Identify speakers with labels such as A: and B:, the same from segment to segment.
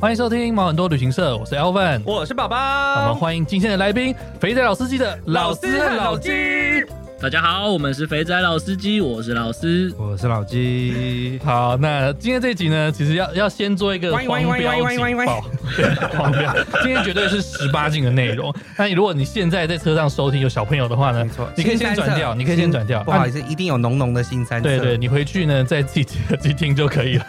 A: 欢迎收听毛很多旅行社，我是 Elvin。
B: 我是宝宝，
A: 我们欢迎今天的来宾，肥仔老司机的
B: 老司和老
A: 鸡。
B: 鸡。
C: 大家好，我们是肥仔老司机，我是老司。
D: 我是老鸡，
A: 好，那今天这一集呢，其实要要先做一个
B: 喂
A: 黄
B: 喂
A: 标
B: 喂喂喂喂
A: 警
B: 喂
A: 报，对黄标，今天绝对是十八禁的内容。那你如果你现在在车上收听有小朋友的话呢
B: 没错，，
A: 你可以
B: 新
A: 先
B: 三色
A: 转掉，你可以先转掉。
B: 不好意思，一定有浓浓的新三色。
A: 对对，，你回去呢，再自己自己听就可以了。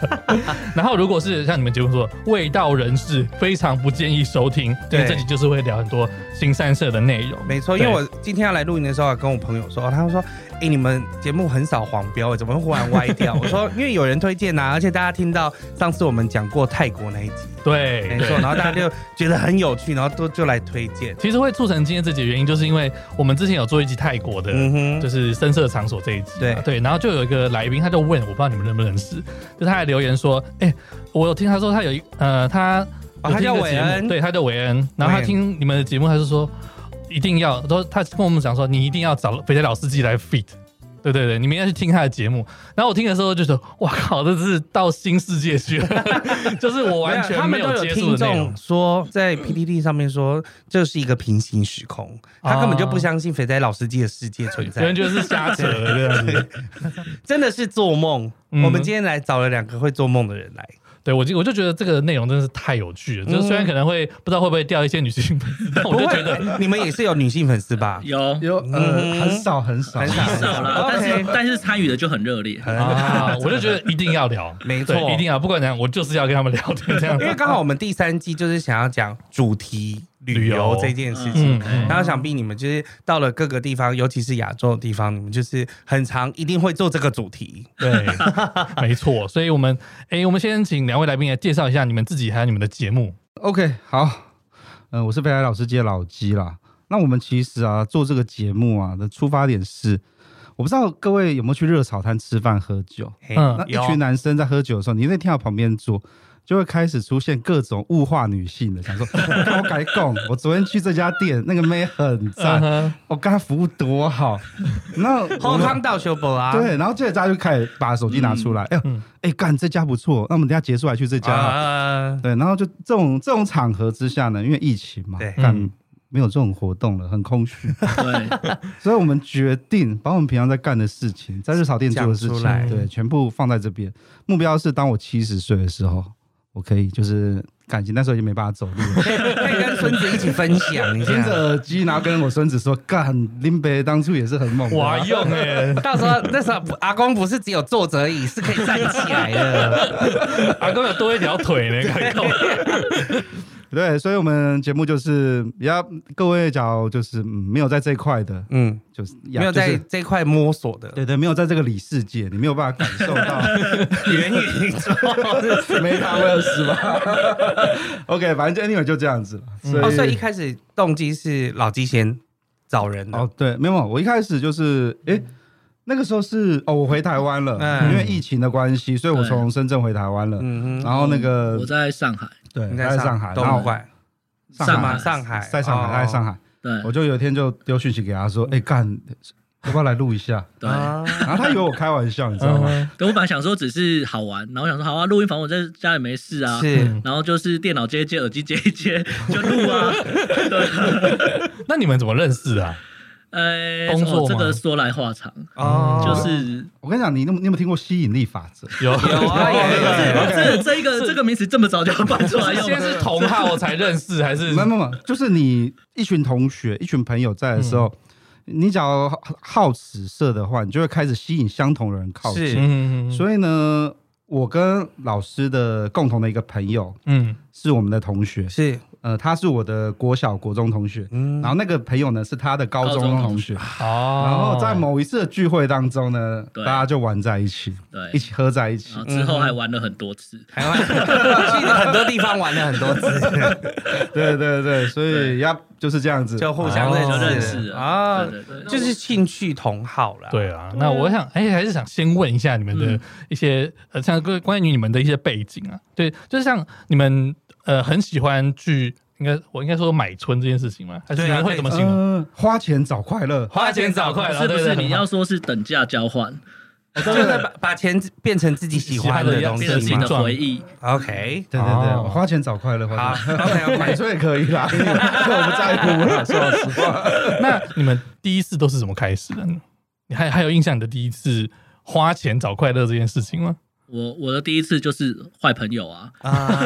A: 然后，如果是像你们节目说，味道人士非常不建议收听，因
B: 对
A: 为这集就是会聊很多新三社的内容。
B: 没错，因
A: 对
B: 为我今天要来录音的时候，跟我朋友说，他们说：“哎、你们节目很少黄标，怎么会忽然歪掉？”我说：“因为有人推荐呐、而且大家听到上次我们讲过泰国那一集，
A: 对，
B: 没
A: 对
B: 错，然后大家就觉得很有趣，然后都就来推荐。
A: 其实会促成今天这集的原因，就是因为我们之前有做一集泰国的，
B: 嗯
A: 就
B: 哼，
A: 是深色场所这一集嘛。
B: 对
A: 对，然后就有一个来宾，他就问，我不知道你们认不认识，就他还留言说，哎、我有听他说他有一呃，他
B: 哦
A: 有
B: 他
A: 听
B: 叫
A: 这个
B: 韦
A: 节目
B: 恩，
A: 对，他叫韦恩，然后
B: 韦
A: 他
B: 恩
A: 听你们的节目，他就说一定要，都他跟我们讲说，你一定要找肥仔老司机来 fit。对对对，你们要去听他的节目。然后我听的时候就说：“哇靠，这是到新世界去了， 就是我完
B: 没有他
A: 全没
B: 们都
A: 有
B: 有
A: 接触
B: 听
A: 的内容
B: 众。说，在 PDD 上面说这是一个平行时空，他根本就不相信肥仔老司机的世界存”
A: 有人
B: 在，
A: 觉得是瞎扯这样子。
B: 真的是做梦。
A: 嗯
B: 我们今天来找了两个会做梦的人来，
A: 对我就我就觉得这个内容真的是太有趣了，就是虽然可能会不知道会不会掉一些女性粉丝，但我就觉得
B: 不会你们也是有女性粉丝 吧？
C: 有
D: 有
B: 嗯
D: 呃很少很少
B: 很少很
C: 少 啦，但
B: OK
C: 是但是参与的就很热烈。
A: 啊，我就觉得一定要聊，
B: 嗯 没错
A: 对一定要，不管怎样，我就是要跟他们聊 天这样
B: 因为
A: 子。
B: 刚好我们第三季就是想要讲主题旅游这件事情。
A: 嗯嗯
B: 然后想必你们就是到了各个地方，尤其是亚洲的地方，你们就是很常一定会做这个主题。
A: 对，没错。所以，我们哎、我们先请两位来宾来介绍一下你们自己还有你们的节目。
D: OK，好，嗯、我是北海老师界老鸡啦。那我们其实啊，做这个节目啊的出发点是，我不知道各位有没有去热炒摊吃饭喝酒？
B: 嘿
A: 嗯
D: 那一
B: 有
D: 群男生在喝酒的时候，你一定跳到旁边坐，就会开始出现各种物化女性的，想说看我改供，我昨天去这家店，那个妹很
A: 嗯
D: 赞，
A: 哼，
D: 我跟她服务多好。那我
B: 后
D: 们
B: 康到修博啊，
D: 对，然后接着大家就开始把手机拿出来，哎呦
A: 嗯，
D: 哎干、这家不错，那我们等一下结束还去这家好了。
B: 啊，
D: 对，然后就这种这种场合之下呢，因为疫情嘛，
B: 对
D: 干
A: 嗯
D: 没有这种活动了，很空虚，
C: 对，
D: 所以我们决定把我们平常在干的事情，在日潮店做的事
B: 讲
D: 情
B: 出来，。
D: 对，全部放在这边。目标是当我七十岁的时候，我可以就是感情那时候已经没办法走路了
B: 可以跟孙子一起分享 一
D: 听
B: 下
D: 着。耳机，然后跟我孙子说：“干，林北当初也是很猛的啊、
A: 哇用哎、
B: 到时候那时候阿公不是只有坐着而已，是可以站起来 的。
A: 阿公有多一条腿呢，感觉
D: 对，所以我们节目就是也要各位假如就是、嗯、没有在这一块的，
B: 嗯，
D: 就是
B: 没有在
D: 就是
B: 这块摸索的，
D: 对对，没有在这个里世界，你没有办法感受到
B: 元宇宙。
D: 没他威尔斯吧？OK，反正就 anyway 就这样子了。所以,、
B: 哦，所以一开始动机是老鸡先找人的。
D: 哦对，没有，我一开始就是诶，那个时候是哦，我回台湾了，
B: 嗯
D: 因为疫情的关系，所以我从深圳回台湾了。
B: 嗯
D: 然后那个
C: 我在上海，
D: 哦对，
B: 哼，你
D: 他在上海，
B: 东
D: 然后
B: 莞，
D: 上
C: 上海
D: 海
B: 上海，哦嗯
D: 在上海，他在上
B: 海。
D: 海，
C: 对
D: 我就有一天就丢讯息给他说：“诶，干，要不要来录一下
C: 对。
B: 啊？”
D: 然后他以为我开玩笑，你知道
A: 嗯
D: 吗？
B: 嗯
C: 对，我本来想说只是好玩，然后想说好啊，录音房我在家里没事
D: 哦
C: 啊，
B: 是
C: 然后就是电脑接一接，耳机接一接 就录啊。
A: 那你们怎么认识的、啊？
C: 呃，
A: 工作吗
C: 哦这个说来话长，
B: 哦，
C: 就是
D: 我跟你讲，你有你有没有听过吸引力法则？
A: 有
B: 有啊，有有有有
C: 哦这个这个这个名词这么早就要搬出来用
A: 先
C: 吗，
A: 是同号才认识，还是
D: 没有没有没有，就是你一群同学、一群朋友在的时候，你只要好好此色的话，你就会开始吸引相同的人靠近。
B: 是
A: 嗯，
D: 所以呢，我跟老师的共同的一个朋友，
A: 嗯，
D: 是我们的同学，
B: 是，
D: 呃，他是我的国小、国中同学，
B: 嗯
D: 然后那个朋友呢是他的高中
C: 高中
D: 同
C: 同
D: 学，
A: 哦，
D: 啊然后在某一次的聚会当中呢，大
C: 对
D: 家就玩在一起，
C: 对嗯
D: 一起喝在一起
C: 然，后之后还玩了很多次，
B: 台湾去了很多地方玩了很多次，
D: 对对对，所以要就是这样子，
B: 就互相认识、
A: 哦
C: 就认识了
B: 啊
C: 对对，对
B: 就是兴趣同好啦。
A: 对啊，那我想，哎、还是想先问一下你们的
D: 嗯
A: 一些、呃，像关关于你们的一些背景啊，对，就是像你们呃很喜欢去，应该我应该说买春这件事情吗？还是
B: 对啊
A: 你们会
B: 对
A: 怎么形容？
D: 嗯，花钱找快乐，
A: 花钱找快乐，
C: 是不
A: 啊对
C: 是？
A: 对
C: 你？要
A: 对
C: 说是等价交换，
B: 就是把把钱变成自己喜欢的东
A: 是
C: 变成自
B: 西
C: 己
B: 嘛
C: 的。回忆，
B: OK，
D: 对对对，
A: 哦
D: 花钱找快乐，
B: 好
D: 花钱
B: ，OK
D: 买
B: OK，
D: 醉可以啦，我不在乎 啦，说实话。
A: 那你们第一次都是怎么开始的呢？你还还有印象你的第一次花钱找快乐这件事情吗？
C: 我我的第一次就是坏朋友啊，
B: 啊，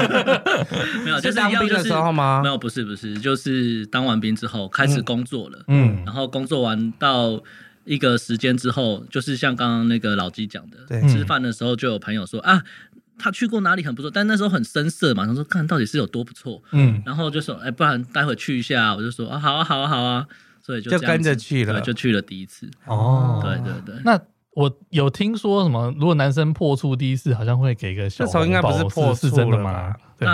C: 没有，就是是
B: 当
C: 一样
B: 兵
C: 就
B: 的
C: 是
B: 时候吗
C: 没？有，不是不是，就是当完兵之后开始工作了，
A: 嗯
C: 然后工作完到一个时间之后，就是像刚刚那个老鸡讲的，
B: 对
A: 嗯
C: 吃饭的时候就有朋友说啊，他去过哪里很不错，但那时候很生涩嘛，他说看到底是有多不错，
A: 嗯，
C: 然后就说哎、不然待会去一下，我就说啊，好啊，好啊，好啊，所以就
B: 就
C: 这样
B: 跟
C: 子
B: 着去了
C: 对，就去了第一次，
A: 哦
C: 对对对，
A: 那。我有听说什么，如果男生破处第一次，好像会给个小
B: 那时候应该不
A: 红包
B: 是破
A: 是真
B: 处
A: 的
B: 了
A: 吗
B: 吧？
A: 对，该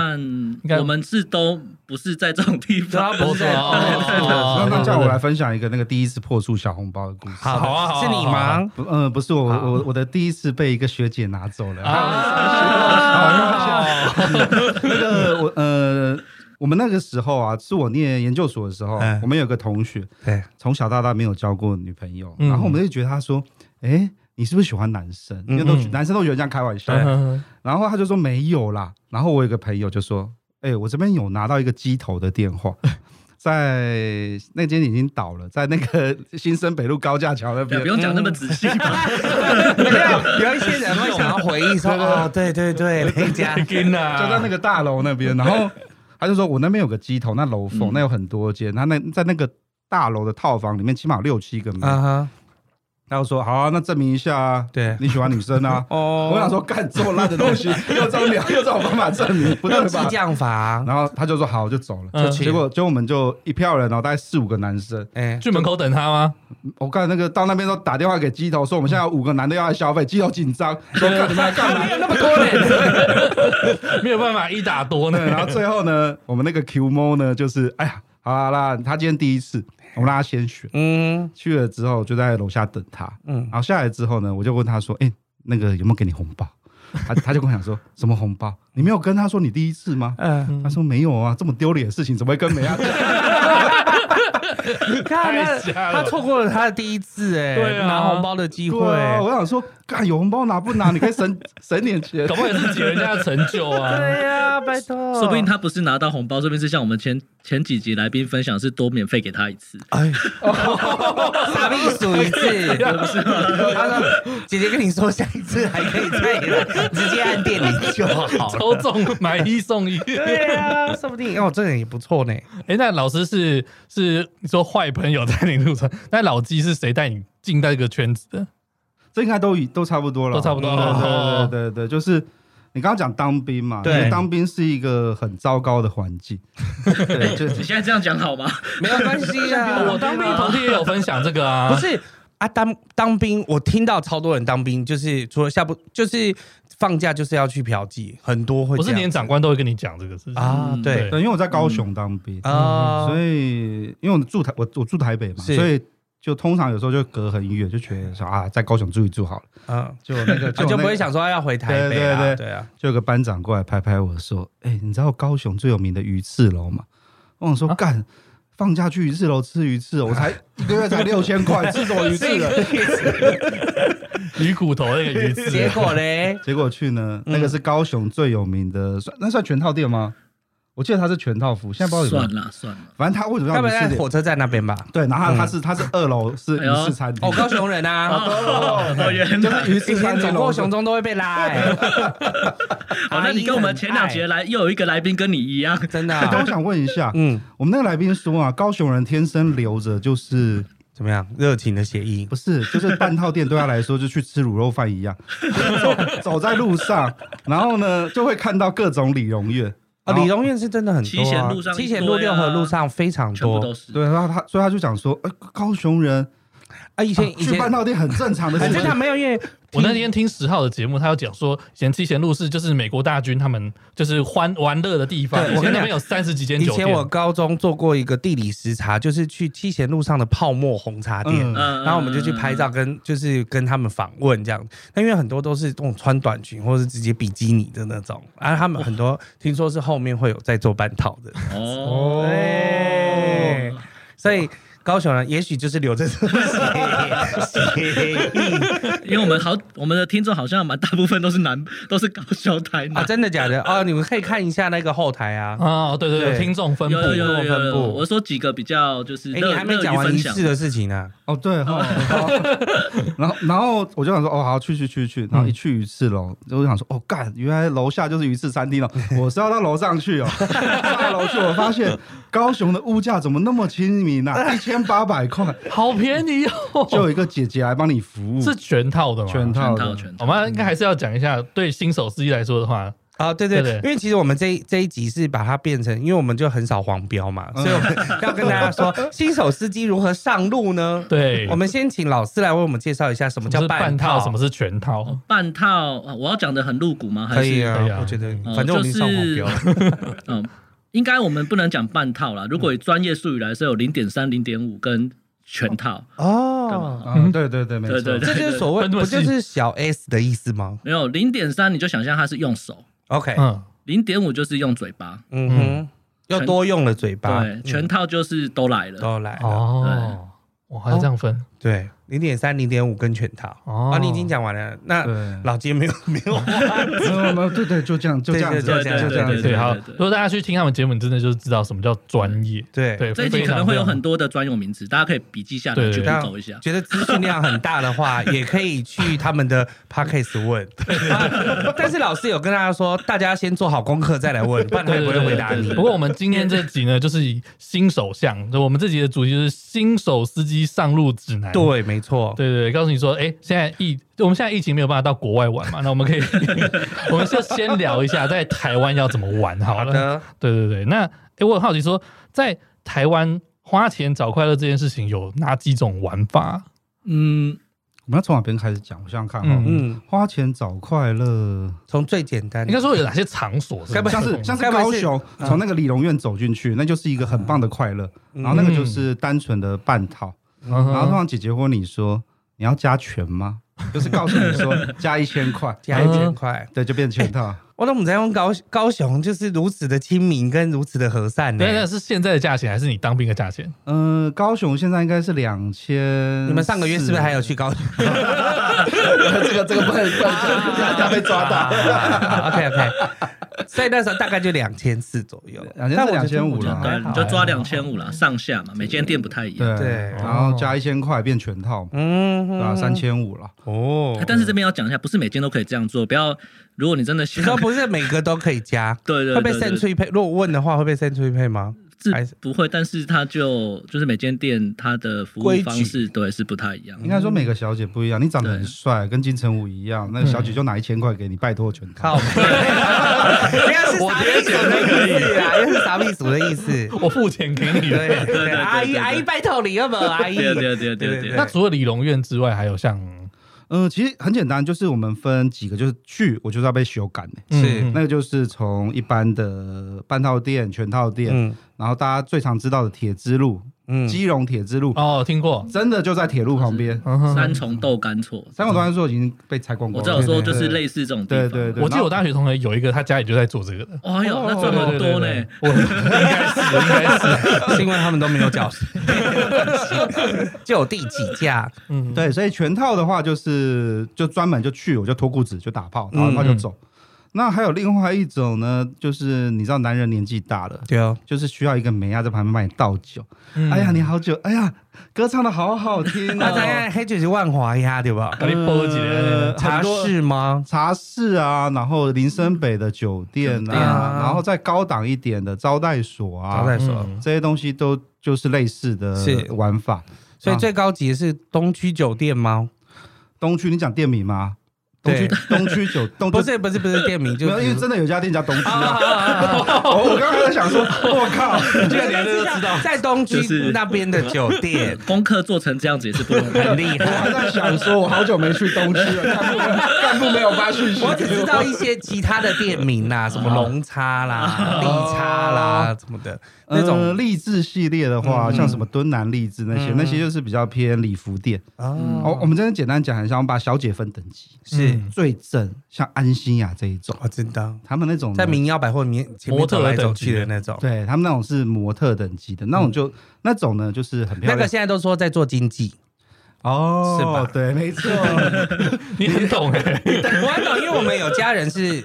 C: 但我们是都不是在这种地
B: 对啊
C: 方，
B: 不是在
A: 哦对对对
D: 那
A: 哦
D: 那叫我来分享一个那个第一次破处小红包的故事。
B: 好
A: 好啊好啊
B: 是你
A: 好
B: 吗？
D: 不，嗯，不是我，
B: 好
D: 我我的第一次被一个学姐拿走了。
A: 啊，
D: 那个我呃，我们那个时候啊，是我念研究所的时候，
B: 嗯
D: 我们有个同学
B: 对，
D: 从小到大没有交过女朋友，
A: 嗯
D: 然后我们就觉得他说，哎，你是不是喜欢男生？因为都男生都觉得这样开玩笑，
A: 嗯
D: 然后他就说没有啦。然后我有个朋友就说：“哎、我这边有拿到一个机头的电 话，在那间已经倒了，在那 个新生北路高架桥那
C: 也
D: 边
C: 不。用讲那么仔细吧，
B: 没有，有一些人会想要回忆 说，哦，对对 对，那一家，
A: 天
B: 啊
A: 哪，
D: 就在那个大楼那 边。”然后他就说：“我那边有个机头，那楼缝
C: 嗯
D: 那有很多间，他那在那个大楼的套房里面起码有六七个门。
B: 啊哈，
D: 他就说：“好、啊，那证明一下啊，
B: 对
D: 你喜欢女生啊。”
B: 哦
D: 我想说，干这么烂的东 西，又这么又这种方法证明，不对
B: 用激
D: 吧？
B: 将法，啊
D: 然后他就说好，我就走了。
A: 嗯
D: 就结果，结果我们就一票人，然哦后大概四五个男生。
B: 哎，
A: 去门口等他吗？
D: 我看那个到那边都打电话给鸡头，说我们现在有五个男的要来消费，鸡头紧张，说干你们要干嘛？
B: 那么多人，
A: 没有办法一打多
D: 对，
A: 呢。
D: 然后最后呢，我们那个 Q 猫呢，就是哎呀，好啦好啦，他今天第一次，我们让他先选。
B: 嗯
D: 去了之后就在楼下等他，
B: 嗯
D: 然，后下来之后呢，我就问他说：“哎、那个有没有给你红包？”他他就跟我讲说：“什么红包？你没有跟他说你第一次吗？”
B: 嗯，
D: 他说：“没有啊，这么丢脸的事情怎么会跟啊美亚讲？”
B: 看
A: 太
B: 他
A: 瞎了
B: 他错过了他的第一次，哎，
A: 对啊
B: 拿红包的机会，
D: 对啊，我想说，干有红包拿不拿？你可 以省省点钱
A: 搞。不好也是解人家的成就啊。
B: 对呀、拜托，
C: 说不定他不是拿到红包，说不定是像我们前前几集来宾分享，是多免费给他一次。
B: 傻逼数一次，不是他说姐姐跟你说下一次还可以再来，直接按店里就好了。
A: 抽中买一送一，
B: 对啊，说不定哦，这个人也不错呢。
A: 哎，那老师是是你说坏朋友在你路上，那老鸡是谁带你进到这个圈子的？
D: 这应该都已都差不多了，
A: 都差不多
D: 对对
A: 哦
D: 对对对对，就是你刚刚讲当兵嘛，
B: 对
D: 因为当兵是一个很糟糕的环 境。对，就
C: 你现在这样讲好吗？
B: 没有关系啊，
A: 我当兵同梯也有分享这个啊，
B: 不是啊，当当兵，我听到超多人当兵，就是除了下部，就是放假就是要去嫖妓，很多会
A: 不
B: 这
A: 是
B: 样
A: 连长官都会跟你讲这个事情。
B: 啊，对
D: 对，因为我在高雄当兵，
A: 嗯
B: 啊，
D: 所以因为我住台我我住台北嘛，
B: 是
D: 所以就通常有时候就隔很远，就觉得说啊，在高雄住一住好了，
B: 啊，
D: 就那个
B: 就
D: 那个
B: 不会想说要回台北啊，对 啊，
D: 就有个班长过来拍拍我说：“哎、你知道高雄最有名的鱼翅楼吗？”我想说
A: 啊
D: 干。放假去鱼翅楼吃鱼翅，我才一个月才六千块，吃什么鱼翅 了？
A: 鱼骨头那个鱼刺，
B: 结果 嘞，
D: 结果去呢，那个是高雄最有名的，算那算全套店吗？我记得它是全套服，现在不知道有
C: 算
D: 没有。
C: 了算了，
D: 反正它为什么
B: 他
D: 要
B: 们
D: 鱼翅
B: 在
D: 店？
B: 火车站那边吧？
D: 对，然后它它是它是二楼是
C: 哎呦
D: 鱼翅餐 厅
B: 哦，，高雄人啊，
C: 哦，原来
D: 鱼
B: 以
D: 翅
B: 前
D: 餐厅
B: 走
D: 楼
B: 过
D: 上
B: 熊中都会被 拉。哎
C: 好，那你跟我们前两节来又有一个来宾跟你一样，
B: 真的
D: 哎但
B: 啊
D: 我，想问一下，
B: 嗯，
D: 我们那个来宾说啊，高雄人天生留着就是
B: 怎么样？热情的协议
D: 不是，就是半套店对他来说就去吃卤肉 饭一样，就是走走在路上，然后呢就会看到各种理容院，
B: 哦，理容院是真的很多、啊，
C: 七贤路上
B: 七贤路、
C: 一堆
B: 六
C: 啊
B: 合路上非常
C: 全部
B: 多
C: 都是。
D: 对，然后他，所以他就讲说，哎、高雄人
B: 啊。以前、哎以
D: 去
B: 前
D: 半，道店很正常的事
B: 反
D: 情
B: 正。他没有，因为
A: 我那天听十号的节目，他有讲说，以前七贤路是就是美国大军他们就是欢玩乐的地方，
B: 对
A: 以
B: 我跟
A: 前
B: 你
A: 那
B: 讲
A: 边有三十几间
B: 以
A: 酒
B: 前我
A: 店。
B: 高中做过一个地理时查，就是去七贤路上的泡沫红茶店。
D: 嗯
C: 嗯，
B: 然后我们就去拍照跟，就是跟他们访问这样。那因为很多都是那种穿短裙或者是直接比基尼的那种，啊，他们很多听说是后面会有在做半套的，
C: 嗯。 哦，
D: 哦
B: 对，所以高雄人也许就是留着 这种协 协议
C: 因为我们好，我们的听众好像蛮大部分都是南， 都是高雄台
B: 啊，
C: 南。
B: 真的假的？哦，你们可以看一下那个后台
C: 嗯
B: 啊。
A: 啊、对对对，
B: 对
A: 听众分布
C: 有有有有有
B: 分布
C: 有，我说几个比较就是
B: 哎、
C: 乐
B: 你还没
C: 乐于
B: 讲完
C: 分
B: 仪
C: 享
B: 式的事情啊呢、
D: 哦，对哈。 然后，然后我就想说，哦，好，去去去去。然后
B: 嗯
D: 一去鱼翅楼，我就想说，哦，干，原来楼下就是鱼翅餐 厅了。哦我是要到楼上去哦。下楼去，我发现高雄的物价怎么那么亲民啊？一千八百 块，
A: 好便宜
D: 就
A: 哦，
D: 有一个姐姐来帮你服务，
A: 是全套的吗？
D: 全
C: 全
D: 套
C: 套
D: 的。
C: 全
A: 我
C: 套。
A: 们应该还是要讲一下，对新手司机来说的话，
B: 啊，对对，
A: 对
B: 因为其实我们这一这一集是把它变成，因为我们就很少黄标嘛，
A: 嗯
B: 所以我 们要跟大家说，新手司机如何上路呢？
A: 对，
B: 我们先请老师来为我们介绍一下什么
A: 什么
B: 叫
A: 是半
B: 套，
A: 套，什么是全套？
C: 半套，啊我要讲的很露骨吗？还是
B: 可以
A: 可以
B: 啊
A: 啊？
B: 我觉得
C: 哦
B: 反正我们已经
C: 就
B: 上黄标了，
C: 是嗯，应该我们不能讲半套啦。如果以专业术语来说，有零点三、零点五跟全套，对
B: 哦，
D: 嗯，对对对，没错。
C: 对对对
B: 这就是所谓
A: 分那么
B: 不
A: 细
B: 就是小 S 的意思吗
C: 没有零点三，你就想象它是用手；
B: ？OK，
A: 嗯，
C: 零点五就是用嘴巴。
B: 嗯哼，又多用了嘴巴，
C: 对，
B: 嗯
C: 全套就是都来了。
B: 都来了，
A: 哦，我还要这样分
B: 对，零点三、零点五跟全套。
A: 哦
B: 啊，你已经讲完了，那
D: 对。
B: 老街没有没 有
D: 没有没有，对对，就这样，就这样子，
B: 对
D: 就
B: 对
D: 这
B: 对
D: 样，就这样
C: 对
D: 子
A: 对，好。
C: 对对
A: 如果大家去听他们节目，你真的就是知道什么叫专业。
B: 对
A: 对，
C: 这一集
A: 非
C: 可
A: 常
C: 能会有
A: 非常
C: 很多的专有名词，大家可以笔记下来
A: 对
C: 去
A: 对
C: Google 一下。
B: 觉得资讯量很大的话，也可以去他们的 podcast 问。但是老师有跟大家说，大家先做好功课再来问，不然他也
A: 对
B: 不
A: 对
B: 会
A: 对
B: 回答
A: 对
B: 你
A: 对。不过我们今天这集呢，就是以新手向，就我们这集的主题就是新手司机上路指南。
B: 对，没错。
A: 对对对，告诉你说，哎，现在疫，我们现在疫情没有办法到国外玩嘛，那我们可以， 我们就先聊一下在台湾要怎么玩好
B: 好
A: 了。
B: 的，
A: 对对对，那哎，我很好奇说，在台湾花钱找快乐这件事情有哪几种玩法？
C: 嗯，
D: 我们要从哪边开始讲？我想想看哦，
A: 嗯
B: 嗯，
D: 花钱找快乐，
B: 从最简单的，
A: 应该说有哪些场所是
B: 该不？
A: 吧
D: 像是像是
B: 该不
D: 高
B: 会是
D: 雄从那个理容院走进去，那就是一个很棒的快乐。
B: 嗯
D: 然后那个就是单纯的半套，
A: 然
D: 然后通常姐姐或你说你要加全吗？ 就是告诉你说加一千块，
B: 加一千块。
D: 对，就变全套。
B: 我怎么在用高高雄就是如此的亲民跟如此的和善呢
A: 对，？那是现在的价钱还是你当兵的价钱？
D: 嗯，高雄现在应该是两千。
B: 你们上个月是不是还有 去高雄？
D: 这个这个不能不能 加，要啊被 抓到。
B: ？OK OK，所以那时候大概就两千四左右，
D: 2400
B: 但我觉得
D: 2500
B: 我觉得
D: 啦
B: 还
C: 对，
B: 好
C: 你就抓两千五
B: 嗯
C: 啦，上下嘛，每间店不太一样。
D: 对
B: 对，
D: 然后加一千块变全套，
B: 嗯
D: 对吧？三千五了。
B: 哦
C: 啊哎但是这边要讲一下，不是每间都可以这样做，不要。如果你真的
B: 你
C: 想，
B: 说不是每个都可以加
C: 对对对
B: 会被
C: 对
B: send 出一配？如果问的话，会被 send 出一配吗？
C: 是
B: 还是
C: 不会，但是它就就是每间店它的服务
B: 规矩
C: 方式对是不太一样
D: 应。该说每个小姐不一样，你长得很
C: 对
D: 帅，跟金城武一样，那个小姐就拿一千块给你，拜托全 套。
B: 靠，应该是傻逼鼠的意思啊，应该是傻逼鼠的 意思。
A: 我付钱给你。
B: 对对
C: 对对
B: 对，阿姨
C: 对
B: 阿姨拜托你了嘛，阿姨。
C: 对对对对啊
B: 对
C: 对
A: 那除了李龙院之外，还有像
D: 嗯，其实很简单，就是我们分几个，就是去我就是要被修改的。
B: 是
A: 嗯
D: 那个就是从一般的半套店、全套店，
B: 嗯
D: 然后大家最常知道的铁之路，
B: 嗯，
D: 基隆铁之路，
A: 哦，听过。
D: 真的就在铁路旁边。
C: 哦
A: 嗯哼
C: 三重豆干错，
D: 三广东安说已经被拆光
C: 我
D: 光
C: 知道我
D: 了。
C: 说就是类似这种地方。
D: 对对对
A: 我记得我大学同学有一个，他家里就在做这个的。
C: 哦哟，那赚好多呢。
A: 我应该是应该 是，
B: 是因为嗯他们都没有缴税，就有第几架？
A: 嗯，
D: 对，所以全套的话就是就专门就去，我就脱裤子就打炮，打完炮就
B: 嗯
D: 走。那还有另外一种呢，就是你知道男人年纪大了，
B: 对哦，
D: 就是需要一个美亚在旁边帮你倒酒。
A: 嗯
D: 哎呀，你好久，哎呀，歌唱的好好听
B: 那大
D: 哦。
B: 概黑就是万华呀，对吧？
A: 把你播几
D: 呃
A: 年，
B: 茶室吗？
D: 茶室啊，然后林森北的酒店
C: 酒
D: 啊，
B: 店啊
D: 然后再高档一点的招待所啊，
B: 招待所。
A: 嗯
D: 这些东西都就是类似的
B: 是
D: 玩法。
B: 所以最高级的是东区酒店吗？
D: 东区，你讲店名吗？东区
B: 对
D: 东区酒东
B: 不是不是不是店名，就
D: 没有，
B: 是哦
D: 因 为真的有一家店叫东区啊。
A: 啊，
D: 我我刚刚在想 说，我靠，
A: 这个年代就知道。
B: 在东
C: 就
B: 区
C: 是
B: 那边的酒 店
C: 功课做成这样子也是不容 易。
B: 很厉
D: 我还
B: 害。
D: 在想说，我好久没去东区 了，干部干部没有发讯息给
B: 我只知
D: 我。
B: 道一些其他的店名啦，什么龙叉啦、利叉啦什么的那
D: 呃
B: 种
D: 励志系列的话，像什么敦南励志那些，
B: 嗯
D: 那些就是比较偏礼服店。
B: 哦，
D: 哦，我们这边简单讲一下，我们把小姐分等级，
B: 是
A: 嗯
D: 最正像安心雅这一种，
B: 我知道，
D: 他们那种呢
B: 在民谣百货面前面
A: 模特
B: 走来走
A: 等级
B: 去的
A: 的
B: 那种。
D: 对他们那种是模特等级的，那种就那种呢嗯就是很漂
B: 那个
D: 亮
B: 现在都说在做经济，
D: 哦，
B: 是吧
D: 对，没 错，
A: 你很懂哎、
B: 我很懂，因为我们有家人是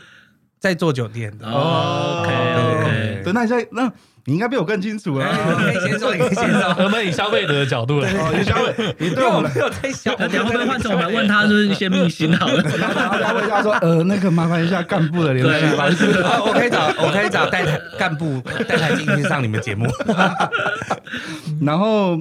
B: 在做酒店的。
C: 哦 OK
D: 对，那你现在那你应该比我更清楚
B: 哎
D: 啊。
B: 可以先说，可以先说，
A: 我们以消费者的角度 来，
D: 哦，小 伟，你
B: 因
D: 对
B: 为
D: 我
B: 我
D: 们
B: 没有在想，
C: 那等一下会不会换成我们问他就是一些秘辛好了？
D: 然后他问一下说，呃，那个麻烦一下干部的联系方式。
B: 啊，我可以找我可以找带台干部带台进去上你们节目。
D: 然后，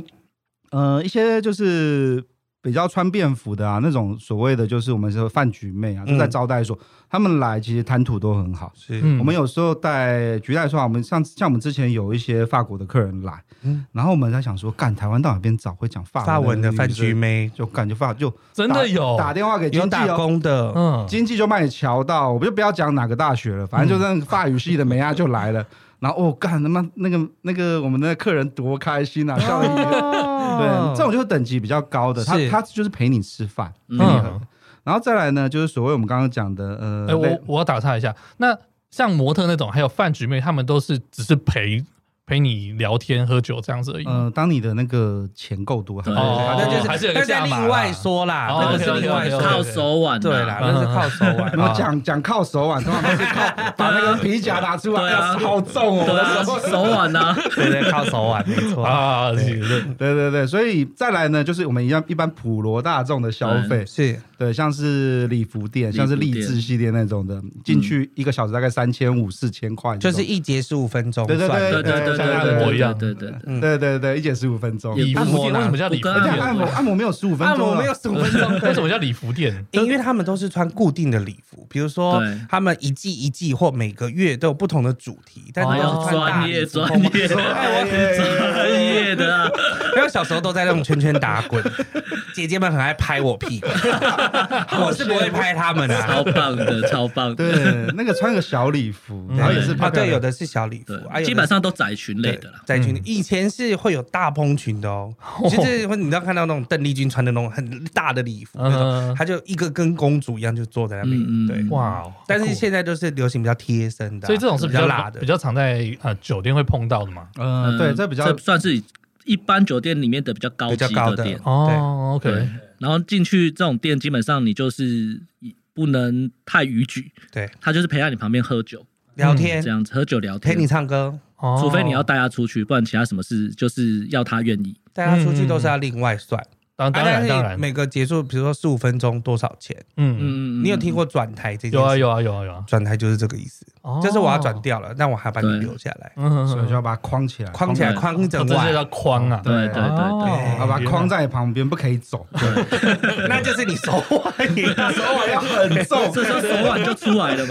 D: 呃，一些就是比较穿便服的啊，那种所谓的就是我们说饭局妹啊，
B: 嗯
D: 都在招待所，他们来其实谈吐都很好。
B: 是
A: 嗯
D: 我们有时候带局来说啊，我们像像我们之前有一些法国的客人来，
B: 嗯
D: 然后我们在想说，干台湾到哪边找会讲法
B: 发文的
D: 女
B: 饭
D: 生
B: 局，妹，
D: 就干就发就
A: 真
D: 打
A: 的有
D: 打电话给
B: 有
D: 经济
B: 打
D: 哦。
B: 工的，
A: 嗯，
D: 经济就帮你瞧到，我们就不要讲哪个大学了，反正
C: 嗯
D: 就是那个法语系的美亚就来了，然后哦干他妈那个那个我们的客人多开心啊，笑得一
C: 哦
D: 个对，这种就是等级比较高的，他
B: 是
D: 他就是陪你吃饭，
C: 嗯
D: 陪你喝，然后再来呢，就是所谓我们刚刚讲的，呃，
A: 哎、我
D: 类
A: 我要打岔一下，那像模特那种，还有饭局妹，他们都是只是陪陪你聊天、喝酒这样子而已。
B: 嗯
D: 呃，当你的那个钱够多，
C: 对
A: 哦
B: 那就
A: 还
B: 是
A: 是有
B: 那
A: 个
B: 是
A: 价码啦
B: 另外说啦，
A: 哦
B: 那个是另外
A: OK，OK，OK，OK
B: 说
C: 靠，手腕啊
B: 对啦，
A: 嗯
B: 那是靠手
D: 然后
B: 腕。啊
D: 讲讲靠手腕，通常都是靠把那个皮夹拿出来，
C: 啊对啊
D: 哎呀好重哦，
C: 对啊，手腕呐，
B: 对对，靠手腕，没错。
A: 啊，是是
D: 对对对，所以再来呢，就是我们一样一般普罗大众的消费，
B: 是
D: 对，像是礼服店，像是
C: 礼服
D: 励
C: 店嗯
D: 志系列那种的，进去一个小时大概三千五四千块这
B: 就
D: 种，
B: 是一节十五分钟
D: 对
B: 算
D: 对
B: 的，
D: 对
C: 对对对
A: 像
C: 对
A: 按摩一样
C: 对对对
B: 嗯
C: 对
D: 对对对，一节十五分钟。
C: 也
A: 礼
C: 不
A: 服
C: 是
A: 店
C: 啦
A: 为什么叫
C: 我
A: 礼服
C: 跟
D: 而且
A: 店？
D: 按摩按摩没有十五分
B: 按
D: 钟
B: 摩
D: 啊，
B: 没有十五分钟，
A: 为什么叫礼 服店？
B: 因为他们都是穿固定的礼服，比如说
C: 对
B: 他们一季一季或每个月都有不同的主题，但
A: 哦
B: 他都是穿大
C: 哎专
B: 礼
C: 业
B: 服。
C: 专
B: 红
C: 业专业的啊，
B: 因为小时候都在那种圈圈打滚，姐姐们很爱拍我 屁股，我是不会拍他们的、啊。
C: 超棒的，超棒的。
D: 对，那个穿个小礼服，
C: 嗯哎
D: 然后也是
B: 啊，
D: 漂
B: 对，有
D: 亮的。
B: 的是小礼服，啊，有
C: 对，
B: 的
C: 基本上都窄裙类的啦。
B: 窄
A: 嗯
B: 裙，以前是会有大蓬裙的哦，就是会你知道看到那种邓丽君穿的那种很大的礼服，那种
A: 嗯
B: 她就一个跟公主一样就坐在那边，
C: 嗯嗯
B: 对
C: 嗯。
A: 哇哦，
B: 但是
A: 好酷
B: 现在都是流行比较贴身的啊，
A: 所以这种是比
B: 比较
A: 较
B: 辣的
A: 比，较常在呃酒店会碰到的嘛。
D: 嗯，对，这比较
C: 这算是一般酒店里面的比较高
B: 比较
C: 级
B: 高
C: 的
B: 的
C: 店。
A: 哦，OK，
C: 然后进去这种店，基本上你就是不能太逾矩，
B: 对，
C: 他就是陪在你旁边喝酒，
B: 聊
A: 嗯
B: 天
C: 这样子喝酒聊
B: 陪
C: 天
B: 你。唱歌，
A: 哦
C: 除非你要带他出去，不然其他什么事就是要他愿意。
B: 带她出去都是要另外算。
A: 当嗯当
B: 啊但
A: 然
B: 是
A: 当然，
B: 每个结束，比如说十五分钟多少钱？
A: 嗯，
C: 嗯
B: 你有听？过转台这件事？
A: 有啊，有啊有啊有啊，
B: 转台就是这个意思，
A: 哦
B: 就是我要转，掉了，但我还把你
C: 对
B: 留下来，
A: 嗯嗯
D: 所以就
A: 嗯
D: 要把它框起来，
B: 框起来，
C: 对
B: 框一
A: 哦
B: 整
A: 这就
B: 晚，
A: 叫框啊，
C: 对对对
A: 哦
D: 要把它框在旁边，不可以走，
B: 那就是你手腕，你手腕要
D: 很重。
C: 对，这时候手腕就出来了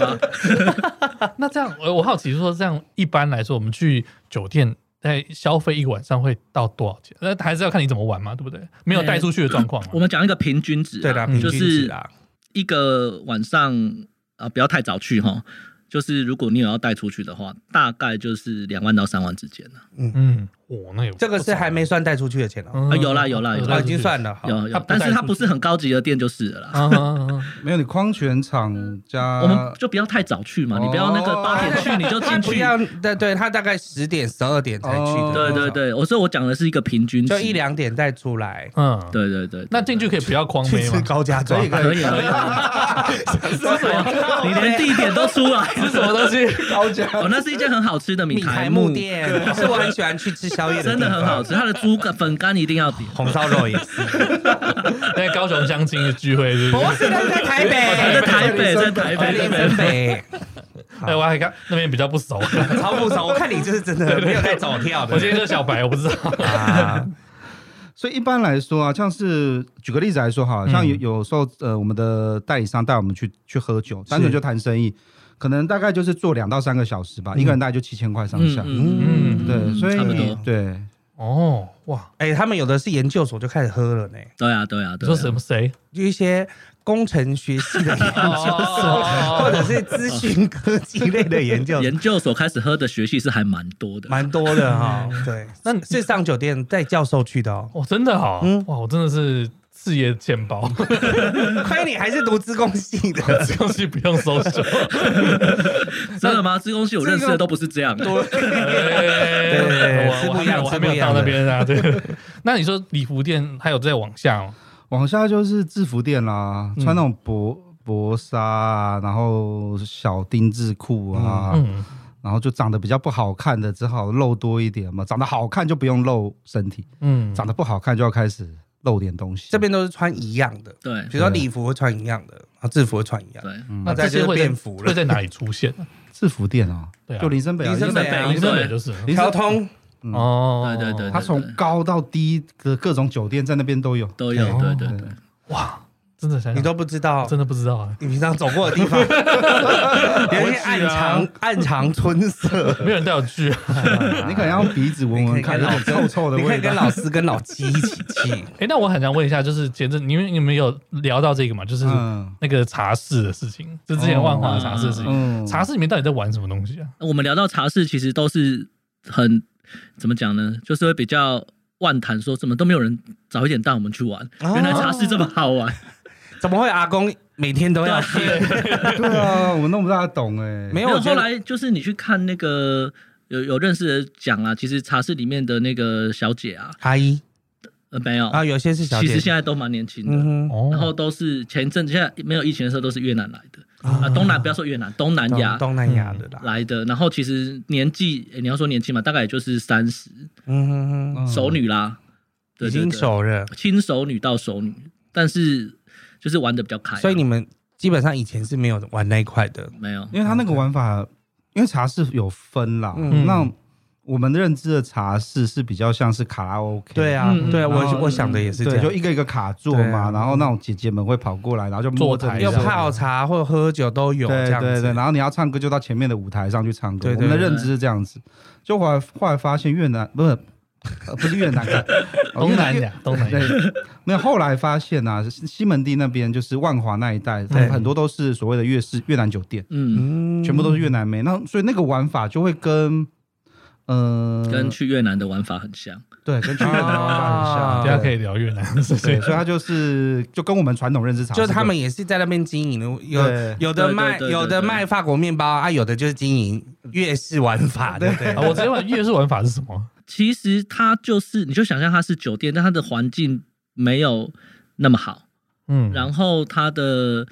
C: 吧？
A: 那这样，我我好奇说，这样一般来说，我们去酒店在消费一个晚上会到多少钱？那还是要看你怎么玩嘛，对不对？没有带出去的状况嘛。
C: 我们讲一个平均值 啊，
B: 对啦，平
C: 就
B: 均值
C: 是
B: 啦，
C: 一个晚上啊，不要太早去哈。就是如果你有要带出去的话，大概就是两万到三万之间了。
A: 嗯，我那有
B: 这个是还没算带出去的钱哦，
A: 啊
C: 有啦有啦有
B: 啊
C: 啦
B: 已经算了，好
C: 有
A: 他
C: 有
A: 不，
C: 但是
A: 带
C: 它
A: 出
C: 不是很高级的店就是了啦。
A: 啊啊
D: 没有，你框全场
C: 我们
D: 加
C: 就不要太早去嘛，你不要那个
D: 哦
C: 八点去你就
B: 他
C: 进
B: 不
C: 去。
B: 要，对对，他大概十点十二点才去
D: 哦
B: 的，
C: 对对，对，我说我讲的是一个平均值，
B: 就一。两点再出来，
A: 嗯，
C: 对对对，对
A: 那进去可以不要框
B: 去
A: 杯
B: 吃
A: 吗？
B: 高家庄
D: 可以，可
C: 可
D: 以
C: 以可以， 你连地点都出来，
A: 什么东西？
D: 高加
C: 哦，那是一间很好吃的
B: 米
C: 米
B: 台
C: 木
B: 木，店是我很喜欢去吃宵夜的，
C: 真的很好，吃，它的猪肝粉干一定要点。
B: 红烧肉也是，
A: 在高雄相亲的聚会是不
B: 不
A: 是？
B: 是那是在台
C: 哦在
B: 北，
C: 台北，在台
B: 台
C: 北，
B: 北
C: 在台
B: 台
C: 北，
B: 北。
A: 哎，我还看那边比较不熟，啊
B: 超不熟，我看你就是真的没有在走跳的。
A: 我今天是小白，我不知道。
B: 啊，
D: 所以一般来说啊，像是举个例子来说好了，像有
A: 嗯
D: 有时候呃，我们的代理商带我们去去喝酒，单纯就谈生意，可能大概就是做两到三个小时吧，一个人大概就七千块上下。
A: 嗯嗯
D: 对，所以
C: 差不
D: 你
C: 多。
D: 对
A: 哦，哇，
B: 哎、他们有的是研究所就开始喝了呢，
C: 对啊，对啊，
A: 你
C: 对
A: 说
C: 啊。
A: 什么谁？
B: 就一些工程学系的研究所，
A: 哦
B: 或者是资讯科技类的研 究所，
C: 研究所开始喝的学系是还蛮多的，
B: 蛮多的哈、对，
A: 那
B: 那是上酒店带教授去的 哦。
A: 哦，真的好，
B: 嗯
A: 哇，我真的是事业欠包，
B: 亏你还是读资工系的，
A: 这东西不用搜索。
C: 真的吗？这东西我认识的都不是这样。
A: 对
B: 对
A: 我
B: 是
A: 我
B: 不
A: 还
B: 一
A: 没
B: 样
A: 有我还没
B: 是不一
A: 有
B: 样
A: 到
B: 的
A: 那边啊。对，那你说礼服店还有再往下吗？
D: 往下就是制服店啦，
A: 嗯
D: 穿那种薄薄纱啊，然后小丁字裤啊，
A: 嗯，
D: 然后就长得比较不好看的，只好露多一点嘛。长得好看就不用露身体，
A: 嗯，
D: 长得不好看就要开始露点东西。
B: 这边都是穿一样的，
C: 对
B: 比如说礼服会穿一样的，然后制服会穿一样的，
C: 对，
A: 那
B: 再
A: 这
B: 就
A: 些
B: 是
A: 会在
B: 便服
A: 会
B: 了，
A: 在哪里出现？
D: 制服店啊，
A: 对啊
D: 就林森北啊，
B: 林森北啊
A: 林森北
C: 对
A: 就是
D: 林
B: 调
D: 森
B: 通
A: 哦，
C: 对对对
D: 他从高到低的各种酒店在那边都有。
C: 都有，对对
D: 对
C: 对，
A: 哇，真的想
B: 你
A: 想
B: 都不知道，
A: 真的不知道啊，
B: 你平常走过的地 方，有一些暗
A: 啊
B: 藏暗藏春色，
A: 没有人带我去。啊
D: 你可能要用鼻子闻闻看，有点臭臭的
B: 你可
D: 味
B: 以跟
D: 道。
B: 老师跟老鸡一起去。
A: 哎，那我很想问一下，就是前阵你们你们有聊到这个嘛？就是
D: 嗯
A: 那个茶室的事情，就之前万华的茶室的事情，
D: 嗯
A: 茶室里面到底在玩什么东西啊？
C: 我们聊到茶室，其实都是很怎么讲呢？就是会比较万谈说，怎么都没有人早一点带我们去玩，
B: 哦
C: 原来茶室这么好 玩。啊
B: 怎么会阿公每天都要去？
D: 对啊，我弄不大懂哎。
B: 啊没
C: 没
B: 有，
C: 有，
B: 我觉
C: 后
B: 得
C: 来就是你去看那个有有认识的讲啊，其实茶室里面的那个小姐啊，
B: 阿姨
C: 呃，没有，
B: 啊，有些是小
C: 其
B: 姐
C: 实，现在都蛮年轻的。
B: 嗯哼，
A: 哦
C: 然后都是前一阵子现在没有疫情的时候都是越南来的啊，东南不要说越南，东南亚
B: 哦东东南亚的啦，
C: 来的。然后其实年纪，诶你要说年纪嘛，大概也就是三十，
B: 嗯哼哼，
D: 嗯
C: 熟女啦，对
B: 已
C: 对
B: 经
C: 对，
B: 熟了，
C: 轻熟女到熟女，但是就是玩的比较开啊、
B: 所以你们基本上以前是没有玩那一块的，
C: 没有
D: 嗯因为他那个玩法，因为茶室有分啦。
B: 嗯
D: 那我们认知的茶室是比较像是卡拉 OK，
B: 对啊
C: 嗯，
B: 对啊，
D: 然后
B: 我我想的也是这
D: 对，就
B: 样。
D: 一个一个卡座
B: 对
D: 嘛，
B: 啊
D: 然后那种姐姐们会跑过来，然后就摸着
A: 坐台
D: 你
B: 又
D: 的
A: 上
D: 手
B: 泡茶或喝酒都有
D: 对
B: 这样
D: 对
B: 子
D: 对，，然后你要唱歌就到前面的舞台上去唱歌。
B: 对
D: 我
B: 对
D: 们的
C: 对
D: 认知是这样子，就后来后来发现越南不是。呃不是 越南，哦
A: 东南亚，东南
D: 对
A: 亚，，
D: 没有。后来发现啊，西西门町那边就是万华那一带，
B: 对
D: 很多都是所谓的越式越南酒店，
C: 嗯，
B: 嗯
D: 全部都是越南妹。那所以那个玩法就会跟，呃，
C: 跟去越南的玩法很像，
D: 对跟去越南的
B: 啊
D: 玩法
A: 大
D: 很
A: 家
D: 像，
A: 可
D: 对
A: 以聊越南的事
D: 对，
A: 情。
D: 所以它就是就跟我们传统认知茶室
B: 就
D: 不一样，
B: 是他们也是在那边经营的，有
D: 对
B: 有的
C: 对对
B: 卖
C: 对对
B: 有的
C: 对
B: 卖法国面包啊，有的就是经营粤式玩法，对不对
A: 啊，？我直接问夜市玩法是什么？
C: 其实它就是你就想象它是酒店，但它的环境没有那么好，
A: 嗯，
C: 然后它的